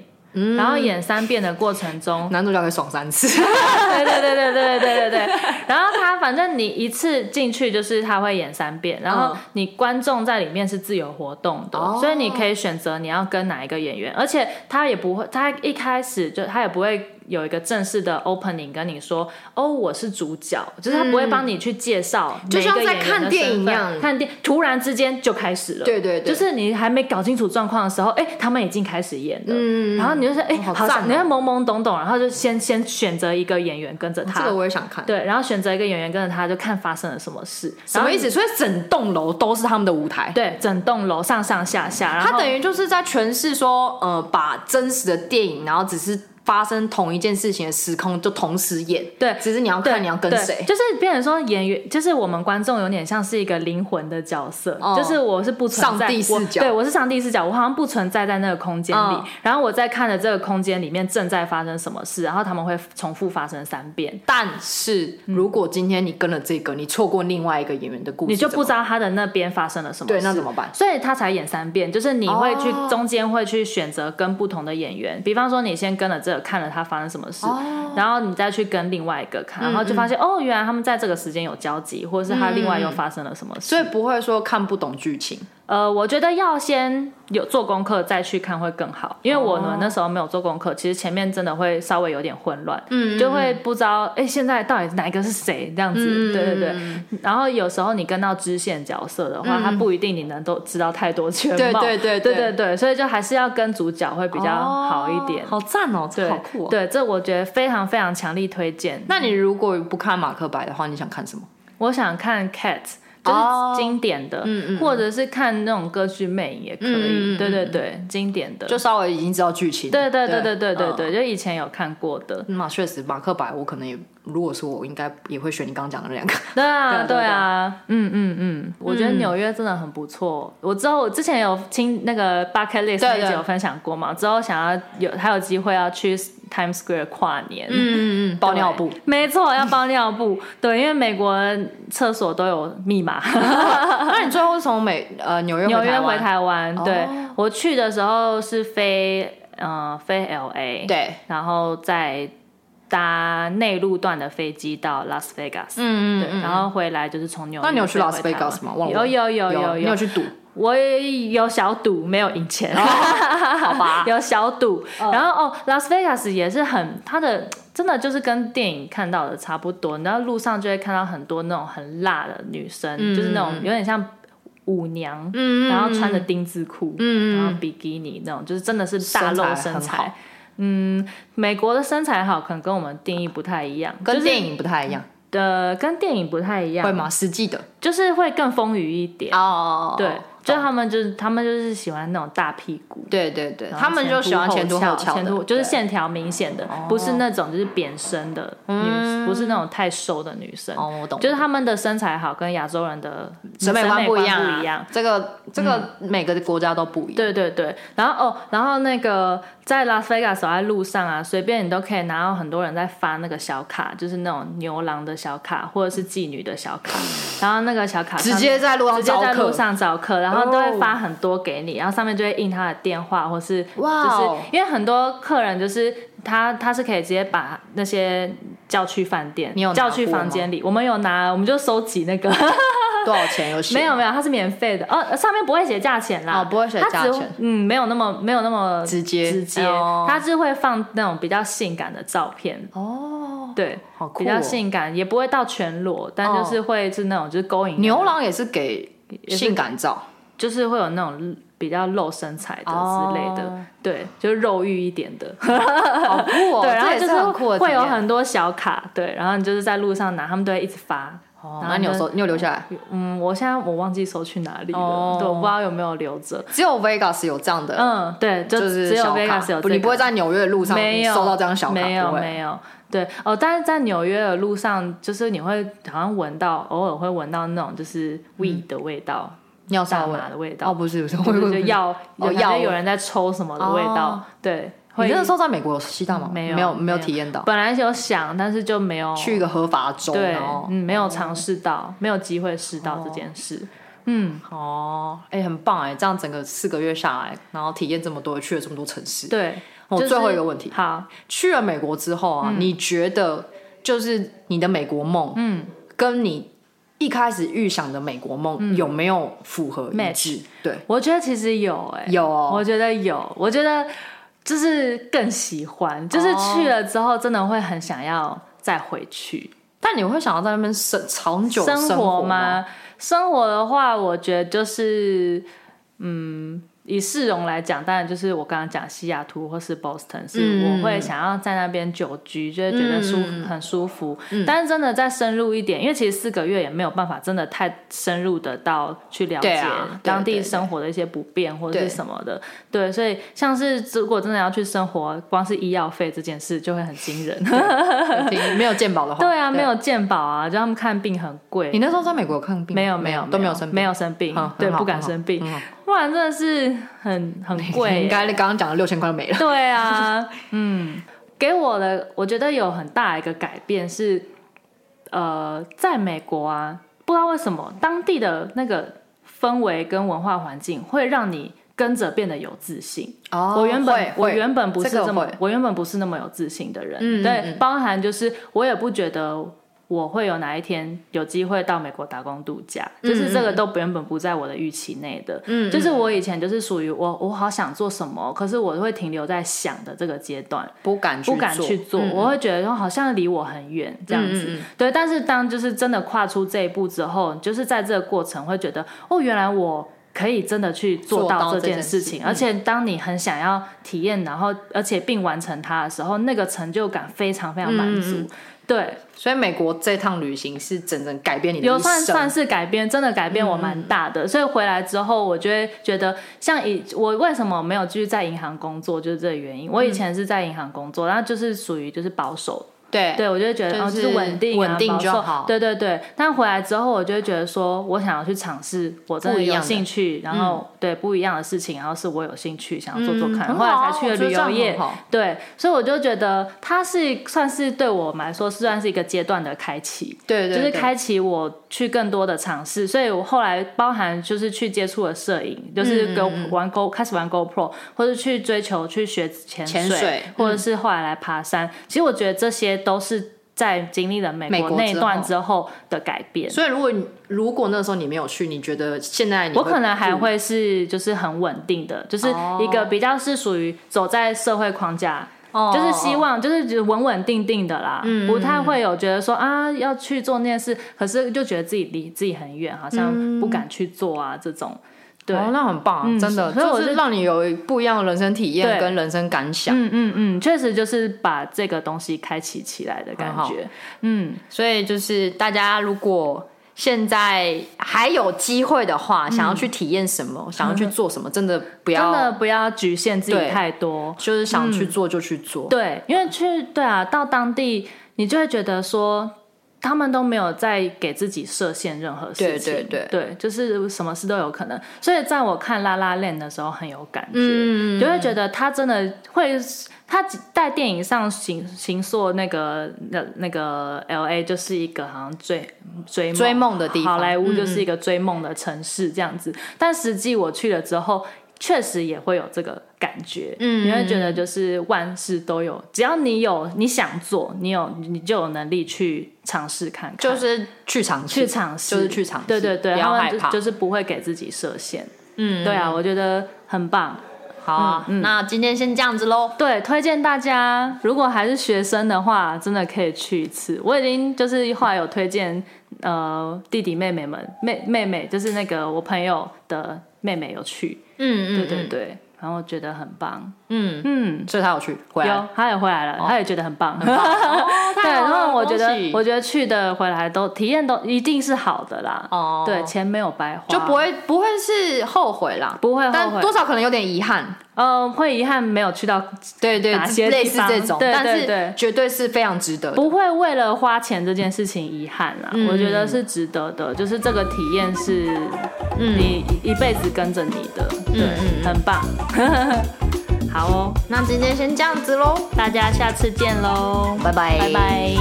Speaker 2: 然后演三遍的过程中，
Speaker 1: 嗯男主角可以爽三次，
Speaker 2: 对对对对对对对对对， 然后他反正你一次进去就是他会演三遍，然后
Speaker 1: 嗯
Speaker 2: 你观众在里面是自由活动的，
Speaker 1: 哦
Speaker 2: 所以你可以选择你要跟哪一个演员，而且他也不会，他一开始就他也不会。有一个正式的 opening 跟你说，哦，我是主角，就是他不会帮你去介绍每一个
Speaker 1: 嗯就像在
Speaker 2: 演员的
Speaker 1: 看电影
Speaker 2: 身
Speaker 1: 一
Speaker 2: 份
Speaker 1: 样
Speaker 2: 看电突然之间就开始了，
Speaker 1: 对对对
Speaker 2: 就是你还没搞清楚状况的时候，哎、他们已经开始演了，
Speaker 1: 嗯
Speaker 2: 然后你就说，哎、
Speaker 1: 好
Speaker 2: 好
Speaker 1: 赞哦
Speaker 2: 像你看懵懵懂懂，然后就先先选择一个演员跟 着
Speaker 1: 这
Speaker 2: 他，
Speaker 1: 个我也想看。
Speaker 2: 对，然后选择一个演员跟着他，就看发生了什么事，
Speaker 1: 什么意
Speaker 2: 然
Speaker 1: 思？
Speaker 2: 后
Speaker 1: 所以整栋楼都是他们的舞台
Speaker 2: 你？。对，整栋楼上上下下，然
Speaker 1: 他嗯
Speaker 2: 后
Speaker 1: 等于就是在诠释说，呃，把真实的电影，然后只是发生同一件事情的时空就同时演，
Speaker 2: 对
Speaker 1: 只是你要看你要跟
Speaker 2: 对
Speaker 1: 谁。
Speaker 2: 就是变成说演员，就是我们观众有点像是一个灵魂的角色，
Speaker 1: 哦
Speaker 2: 就是我是不存
Speaker 1: 上
Speaker 2: 在
Speaker 1: 帝视角
Speaker 2: 我对我是上帝视角，我好像不存在在那个空间里，
Speaker 1: 嗯
Speaker 2: 然后我在看着这个空间里面正在发生什么事，然后他们会重复发生三遍，
Speaker 1: 但是如果今天你跟了这个，你错过另外一个演员的故事，
Speaker 2: 你就不知
Speaker 1: 道
Speaker 2: 道他的那边发生了什么事，
Speaker 1: 对那怎么办？
Speaker 2: 所以他才演三遍，就是你会去、
Speaker 1: 哦
Speaker 2: 中间会去选择跟不同的演员，比方说你先跟了这个看了他发生什么事，然后你再去跟另外一个看，然后就发现、哦，原来他们在这个时间有交集，或者是他另外又发生了什么事。
Speaker 1: 所以不会说看不懂剧情。
Speaker 2: 呃，我觉得要先有做功课再去看会更好，因为我们那时候没有做功课，其实前面真的会稍微有点混乱，嗯，就会不知道哎、诶现在到底哪一个是谁这样
Speaker 1: 嗯
Speaker 2: 子，对对对。然后有时候你跟到支线角色的话，他不一定你能都知道太多全
Speaker 1: 对
Speaker 2: 貌，
Speaker 1: 嗯对对
Speaker 2: 对
Speaker 1: 对
Speaker 2: 对所以就还是要跟主角会比较好一点。
Speaker 1: 哦好赞哦，这
Speaker 2: 对
Speaker 1: 好酷哦。
Speaker 2: 对，这我觉得非常非常强力推荐。
Speaker 1: 那你如果不看马克白的话，你想看什么？
Speaker 2: 我想看 Cat，
Speaker 1: 哦
Speaker 2: 就是经典的，或者是看那种歌剧魅影也可以，
Speaker 1: 嗯嗯嗯
Speaker 2: 对对对，经典的，
Speaker 1: 就稍微已经知道剧情。
Speaker 2: 对对对对对哦对
Speaker 1: 嗯
Speaker 2: 对，就以前有看过的，
Speaker 1: 那确实，马克白我可能也，如果是我，应该也会选你刚刚讲的那两个。
Speaker 2: 对啊
Speaker 1: 对
Speaker 2: 对
Speaker 1: 啊
Speaker 2: 啊，嗯嗯嗯，我觉得纽约真的很不错。我之后我之前有听那个 bucket list
Speaker 1: 对
Speaker 2: 那
Speaker 1: 对
Speaker 2: 集有分享过嘛，之后想要有还有机会要去 Times Square 跨年，
Speaker 1: 嗯 嗯，包尿布。
Speaker 2: 对，没错，要包尿 布，对，因为美国厕所都有密码。
Speaker 1: 那你最后是从美呃纽约
Speaker 2: 纽约
Speaker 1: 台
Speaker 2: 回
Speaker 1: 湾？
Speaker 2: 台湾，对
Speaker 1: 哦
Speaker 2: 我去的时候是飞呃飞 L A，，
Speaker 1: 对，
Speaker 2: 然后再搭内陆段的飞机到拉斯维加斯，
Speaker 1: 嗯
Speaker 2: 对，然后回来就是从纽约。
Speaker 1: 那你有去拉斯维加斯吗？忘了
Speaker 2: 有
Speaker 1: 问
Speaker 2: 有有
Speaker 1: 有，
Speaker 2: 有
Speaker 1: 你有去赌？
Speaker 2: 我也有小赌，没有赢钱，
Speaker 1: 哦好吧， 嗯
Speaker 2: 有小赌。然后哦，拉斯维加斯也是很它的。真的就是跟电影看到的差不多，然后路上就会看到很多那种很辣的女生，就是那种有点像舞娘，
Speaker 1: 嗯
Speaker 2: 然后穿着丁字裤，
Speaker 1: 嗯
Speaker 2: 然后比基尼那种，就是真的是大露
Speaker 1: 身材
Speaker 2: 身
Speaker 1: 很
Speaker 2: 材。
Speaker 1: 好
Speaker 2: 嗯，美国的身材好，可能跟我们定义不太一样，
Speaker 1: 跟电
Speaker 2: 就是、
Speaker 1: 影不太一样，
Speaker 2: 呃跟电影不太一
Speaker 1: 会
Speaker 2: 样，
Speaker 1: 吗？实际的
Speaker 2: 就是会更丰腴一点。
Speaker 1: 哦
Speaker 2: 对，就他们就是他们就是喜欢那种大屁股，
Speaker 1: 对对对，
Speaker 2: 然后
Speaker 1: 他们就喜欢前凸后
Speaker 2: 翘，
Speaker 1: 翘的，
Speaker 2: 前凸就是
Speaker 1: 对哦
Speaker 2: 线条明显的，不是那种就是扁身的女，不是那种太瘦的女生。
Speaker 1: 嗯哦，我懂，
Speaker 2: 就是他们的身材好，跟亚洲人的
Speaker 1: 审美观
Speaker 2: 不
Speaker 1: 一样
Speaker 2: 一样嗯
Speaker 1: 啊，。这个这个每个国家都不一样。
Speaker 2: 对对对，然后哦，然后那个在拉斯维加斯走在路上啊，随便你都可以拿到很多人在发那个小卡，就是那种牛郎的小卡或者是妓女的小卡，然后那个小卡上
Speaker 1: 直
Speaker 2: 面
Speaker 1: 接在路上哦
Speaker 2: 直接
Speaker 1: 招
Speaker 2: 在路
Speaker 1: 客，
Speaker 2: 上找客，然后都会发很多给你，然后上面就会印他的电话或是就是、
Speaker 1: 哇 哦
Speaker 2: 因为很多客人就是他他是可以直接把那些叫去饭店，
Speaker 1: 你有拿
Speaker 2: 叫去
Speaker 1: 过吗
Speaker 2: 房间里，我们有拿，我们就收集那个。
Speaker 1: 多少钱有写？
Speaker 2: 没有没有，它是免费的哦，上面不会写价钱啦，
Speaker 1: 哦不会写
Speaker 2: 它只
Speaker 1: 价钱
Speaker 2: 嗯，没有那么没有那么
Speaker 1: 直接
Speaker 2: 直接，
Speaker 1: 哦
Speaker 2: 它是会放那种比较性感的照片，
Speaker 1: 哦，
Speaker 2: 对，
Speaker 1: 好酷哦
Speaker 2: 比较性感，也不会到全裸，但
Speaker 1: 哦
Speaker 2: 就是会是那种就是勾引人
Speaker 1: 牛，郎也是给性感 照，
Speaker 2: 就是会有那种比较露身材的之类的，
Speaker 1: 哦
Speaker 2: 对，就是肉欲一点 的，
Speaker 1: 好酷哦！
Speaker 2: 对，然后
Speaker 1: 这也
Speaker 2: 就是
Speaker 1: 很酷的
Speaker 2: 是
Speaker 1: 体
Speaker 2: 会有
Speaker 1: 验。
Speaker 2: 很多小卡，对，然后你就是在路上拿，他们都会一直发。
Speaker 1: 哦
Speaker 2: 然后
Speaker 1: 那你有
Speaker 2: 呢
Speaker 1: 收，你有留下来？
Speaker 2: 嗯，我现在我忘记收去哪里了，
Speaker 1: 哦
Speaker 2: 对，我不知道有没有留着。
Speaker 1: 只有 Vegas 有这样的，
Speaker 2: 嗯，对，就
Speaker 1: 就是
Speaker 2: 只有
Speaker 1: 小卡
Speaker 2: Vegas 有、这
Speaker 1: 不
Speaker 2: 个，
Speaker 1: 你不会在纽约的路上
Speaker 2: 没有
Speaker 1: 收到这张小卡，
Speaker 2: 没有
Speaker 1: 不会
Speaker 2: 没有。对哦，但是在纽约的路上，就是你会好像闻到，偶尔会闻到那种就是 weed 的味道，
Speaker 1: 尿
Speaker 2: 大
Speaker 1: 骚味
Speaker 2: 麻的味
Speaker 1: 哦，
Speaker 2: 道，
Speaker 1: 不是不是，
Speaker 2: 就
Speaker 1: 我
Speaker 2: 是
Speaker 1: 以
Speaker 2: 就
Speaker 1: 为
Speaker 2: 药，
Speaker 1: 哦
Speaker 2: 有感
Speaker 1: 药
Speaker 2: 觉
Speaker 1: 味
Speaker 2: 有人在抽什么的味道
Speaker 1: 哦，
Speaker 2: 对，
Speaker 1: 你
Speaker 2: 会
Speaker 1: 那个时候在美国有吸大麻吗？
Speaker 2: 没有
Speaker 1: 没有没有
Speaker 2: 没有
Speaker 1: 体验到，
Speaker 2: 本来有想，但是就没有
Speaker 1: 去一个合法州，
Speaker 2: 对
Speaker 1: 然后，哦
Speaker 2: 嗯，没有尝试到，没有机会试到这件事，嗯，
Speaker 1: 哦，哎，很棒哎，这样整个四个月下来，然后体验这么多，去了这么多城市。
Speaker 2: 对。
Speaker 1: 我
Speaker 2: 就是嗯
Speaker 1: 最后一个问题，
Speaker 2: 好，
Speaker 1: 去了美国之后啊，你觉得就是你的美国梦，嗯，跟你一开始预想的美国梦
Speaker 2: 嗯
Speaker 1: 有没有符合一致？对，
Speaker 2: 我觉得其实有哎、
Speaker 1: 有哦，
Speaker 2: 我觉得有，我觉得就是更喜欢，就是
Speaker 1: 哦
Speaker 2: 去了之后真的会很想要再回去
Speaker 1: 但你会想要在那边生长久生
Speaker 2: 活
Speaker 1: 吗？
Speaker 2: 吗？生活的话，我觉得就是嗯，以市容来讲，当然就是我刚刚讲西雅图或是 Boston，是
Speaker 1: 嗯
Speaker 2: 我会想要在那边久居，就会觉得舒、很舒服。
Speaker 1: 嗯
Speaker 2: 但是真的再深入一点，因为其实四个月也没有办法真的太深入的到去了
Speaker 1: 对
Speaker 2: 解
Speaker 1: 啊对
Speaker 2: 当
Speaker 1: 对
Speaker 2: 地
Speaker 1: 对
Speaker 2: 生活的一些不便或者
Speaker 1: 对
Speaker 2: 是什么的。对，所以像是如果真的要去生活，光是医药费这件事就会很 惊人。
Speaker 1: 没有健保的话，
Speaker 2: 对啊，没有健保啊，就他们看病很贵。
Speaker 1: 你那时候在美国有看病吗？
Speaker 2: 没有
Speaker 1: 没
Speaker 2: 有
Speaker 1: 都没有生病，
Speaker 2: 没有生病
Speaker 1: 嗯，
Speaker 2: 对，
Speaker 1: 很好
Speaker 2: 不敢
Speaker 1: 很好
Speaker 2: 生病
Speaker 1: 很好，
Speaker 2: 不然真的是很很贵 耶。
Speaker 1: 应该刚刚讲的六千块没了。
Speaker 2: 对 啊，嗯，给我的我觉得有很大一个改变是，呃，在美国啊，不知道为什么当地的那个氛围跟文化环境会让你跟着变得有自信。
Speaker 1: 哦
Speaker 2: 我原本
Speaker 1: 会
Speaker 2: 我
Speaker 1: 会
Speaker 2: 原本不是
Speaker 1: 这个
Speaker 2: 这么
Speaker 1: 会，
Speaker 2: 我原本不是那么有自信的人，
Speaker 1: 嗯嗯
Speaker 2: 对，
Speaker 1: 嗯
Speaker 2: 包含就是我也不觉得我会有哪一天有机会到美国打工度假，
Speaker 1: 嗯
Speaker 2: 就是这个都原本不在我的预期内的，嗯，就是我以前就是属于我我好想做什么，可是我会停留在想的这个阶段，
Speaker 1: 不敢
Speaker 2: 嗯不敢去做，
Speaker 1: 嗯
Speaker 2: 我会觉得说好像离我很远这样子。
Speaker 1: 嗯嗯
Speaker 2: 对，但是当就是真的跨出这一步之后，就是在这个过程会觉得，哦，原来我可以真的去做
Speaker 1: 做到
Speaker 2: 到这
Speaker 1: 这件
Speaker 2: 件事
Speaker 1: 事
Speaker 2: 情，
Speaker 1: 嗯
Speaker 2: 而且当你很想要体验，然后而且并完成它的时候，那个成就感非常非常满
Speaker 1: 嗯
Speaker 2: 足。对，
Speaker 1: 所以美国这趟旅行是整整改变你的嗯
Speaker 2: 有
Speaker 1: 一
Speaker 2: 算算
Speaker 1: 生。
Speaker 2: 是改变，真的改变我蛮大的，所以回来之后，我就会觉得，像以我为什么没有继续在银行工作，就是这个原因。我
Speaker 1: 嗯
Speaker 2: 以前是在银行工作，然后就是属于就是保守
Speaker 1: 对
Speaker 2: 对，我就会觉得哦，
Speaker 1: 就是
Speaker 2: 就是稳定、啊、
Speaker 1: 稳定
Speaker 2: 保
Speaker 1: 就
Speaker 2: 守
Speaker 1: 好
Speaker 2: 对对对，但回来之后，我就会觉得说，我想要去尝试我真
Speaker 1: 不
Speaker 2: 的
Speaker 1: 一样
Speaker 2: 有
Speaker 1: 的嗯
Speaker 2: 兴趣，然后、对不一样的事情，然后是我有兴趣想要做做看，
Speaker 1: 很
Speaker 2: 嗯后来
Speaker 1: 好
Speaker 2: 才
Speaker 1: 啊
Speaker 2: 去
Speaker 1: 我
Speaker 2: 了
Speaker 1: 觉得
Speaker 2: 旅
Speaker 1: 这
Speaker 2: 游
Speaker 1: 样
Speaker 2: 业
Speaker 1: 很好。
Speaker 2: 对，所以我就觉得它是算是对我们来说，算是一个阶段的开启。
Speaker 1: 对对，
Speaker 2: 就
Speaker 1: 对
Speaker 2: 是开启我去更多的尝试，所以我后来包含就是去接触了摄影，
Speaker 1: 嗯
Speaker 2: 就是跟玩 Go 开始玩 GoPro，或者去追求去学潜
Speaker 1: 潜水
Speaker 2: 或者是后来来爬山。其实我觉得这些都是在经历了美
Speaker 1: 美
Speaker 2: 国
Speaker 1: 国
Speaker 2: 那一
Speaker 1: 之
Speaker 2: 段
Speaker 1: 后
Speaker 2: 之后的改变。
Speaker 1: 所以如果你如果那时候你没有去，你觉得现在你
Speaker 2: 我可能还会是就是很稳定的，就是一个比较是属于走在社会框架，
Speaker 1: 哦嗯
Speaker 2: 就是希望就是觉得稳稳定定的啦，不太会有觉得说啊要去做那件事，可是就觉得自己离自己很远，好像
Speaker 1: 嗯
Speaker 2: 不敢去做啊这种。对，嗯
Speaker 1: 哦，那很棒啊，真的，
Speaker 2: 所以我
Speaker 1: 就是是让你有不一样的人生体验
Speaker 2: 对
Speaker 1: 跟人生感想。
Speaker 2: 嗯嗯嗯，确实就是把这个东西开启起来的感
Speaker 1: 很好
Speaker 2: 觉。嗯，
Speaker 1: 所以就是大家如果现在还有机会的话，想要去体验什么，想要去做什么，真的不
Speaker 2: 嗯真
Speaker 1: 要，
Speaker 2: 的不要局限自己
Speaker 1: 对
Speaker 2: 太多。
Speaker 1: 就是想去做就去做。
Speaker 2: 对，因
Speaker 1: 嗯
Speaker 2: 为去对啊，到当地你就会觉得说，他们都没有在给自己设限任何事情，
Speaker 1: 对对
Speaker 2: 就是什么事都有可能。所以在我看《拉拉链》的时候很有感觉，
Speaker 1: 嗯
Speaker 2: 就会觉得他真的会，他在电影上行行塑那个那那个 L A 就是一个好像追追
Speaker 1: 追梦的地方
Speaker 2: 嗯
Speaker 1: 嗯
Speaker 2: 好莱坞就是一个追梦的城市这样子。但实际我去了之后，确实也会有这个感觉，嗯，你会觉得就是万事都有，只要你有你想做，你有你就有能力去尝试看看，
Speaker 1: 就是去尝试，
Speaker 2: 去尝试，
Speaker 1: 就是去尝试，
Speaker 2: 对对对，
Speaker 1: 不
Speaker 2: 他
Speaker 1: 要
Speaker 2: 们
Speaker 1: 害
Speaker 2: 就
Speaker 1: 怕。
Speaker 2: 就是不会给自己设限，嗯，对啊，我嗯觉得很棒。
Speaker 1: 好啊，那今天先这样子喽。
Speaker 2: 对，推荐大家，如果还是学生的话，真的可以去一次。我已经就是后来有推荐，呃，弟弟妹妹们，妹妹妹就是那个我朋友的妹妹有去，
Speaker 1: 嗯
Speaker 2: 对对对，然后觉得很棒，
Speaker 1: 嗯
Speaker 2: 嗯，
Speaker 1: 嗯，所以他有去回来
Speaker 2: 有，他也回来了，他也觉得很 棒， 对，
Speaker 1: 太 好
Speaker 2: 然
Speaker 1: 了
Speaker 2: 后我觉得
Speaker 1: 恭喜
Speaker 2: 我觉得去的回来都体验都一定是好的啦，
Speaker 1: 哦
Speaker 2: 对，钱没有白花，
Speaker 1: 就不会不会是后悔啦，
Speaker 2: 不会后
Speaker 1: 但
Speaker 2: 悔，
Speaker 1: 多少可能有点遗憾。
Speaker 2: 呃，会遗憾没有去到
Speaker 1: 对对，
Speaker 2: 哪些地
Speaker 1: 类似
Speaker 2: 方
Speaker 1: 这种，
Speaker 2: 对
Speaker 1: 但
Speaker 2: 对对
Speaker 1: 是绝对是非常值得的。
Speaker 2: 不会为了花钱这件事情遗憾啦，我觉得是值得的，就是这个体验是
Speaker 1: 嗯
Speaker 2: 你一一辈子跟着你的，对，很棒。 好哦，
Speaker 1: 那今天先这样子喽，
Speaker 2: 大家下次见喽，
Speaker 1: 拜拜
Speaker 2: 拜拜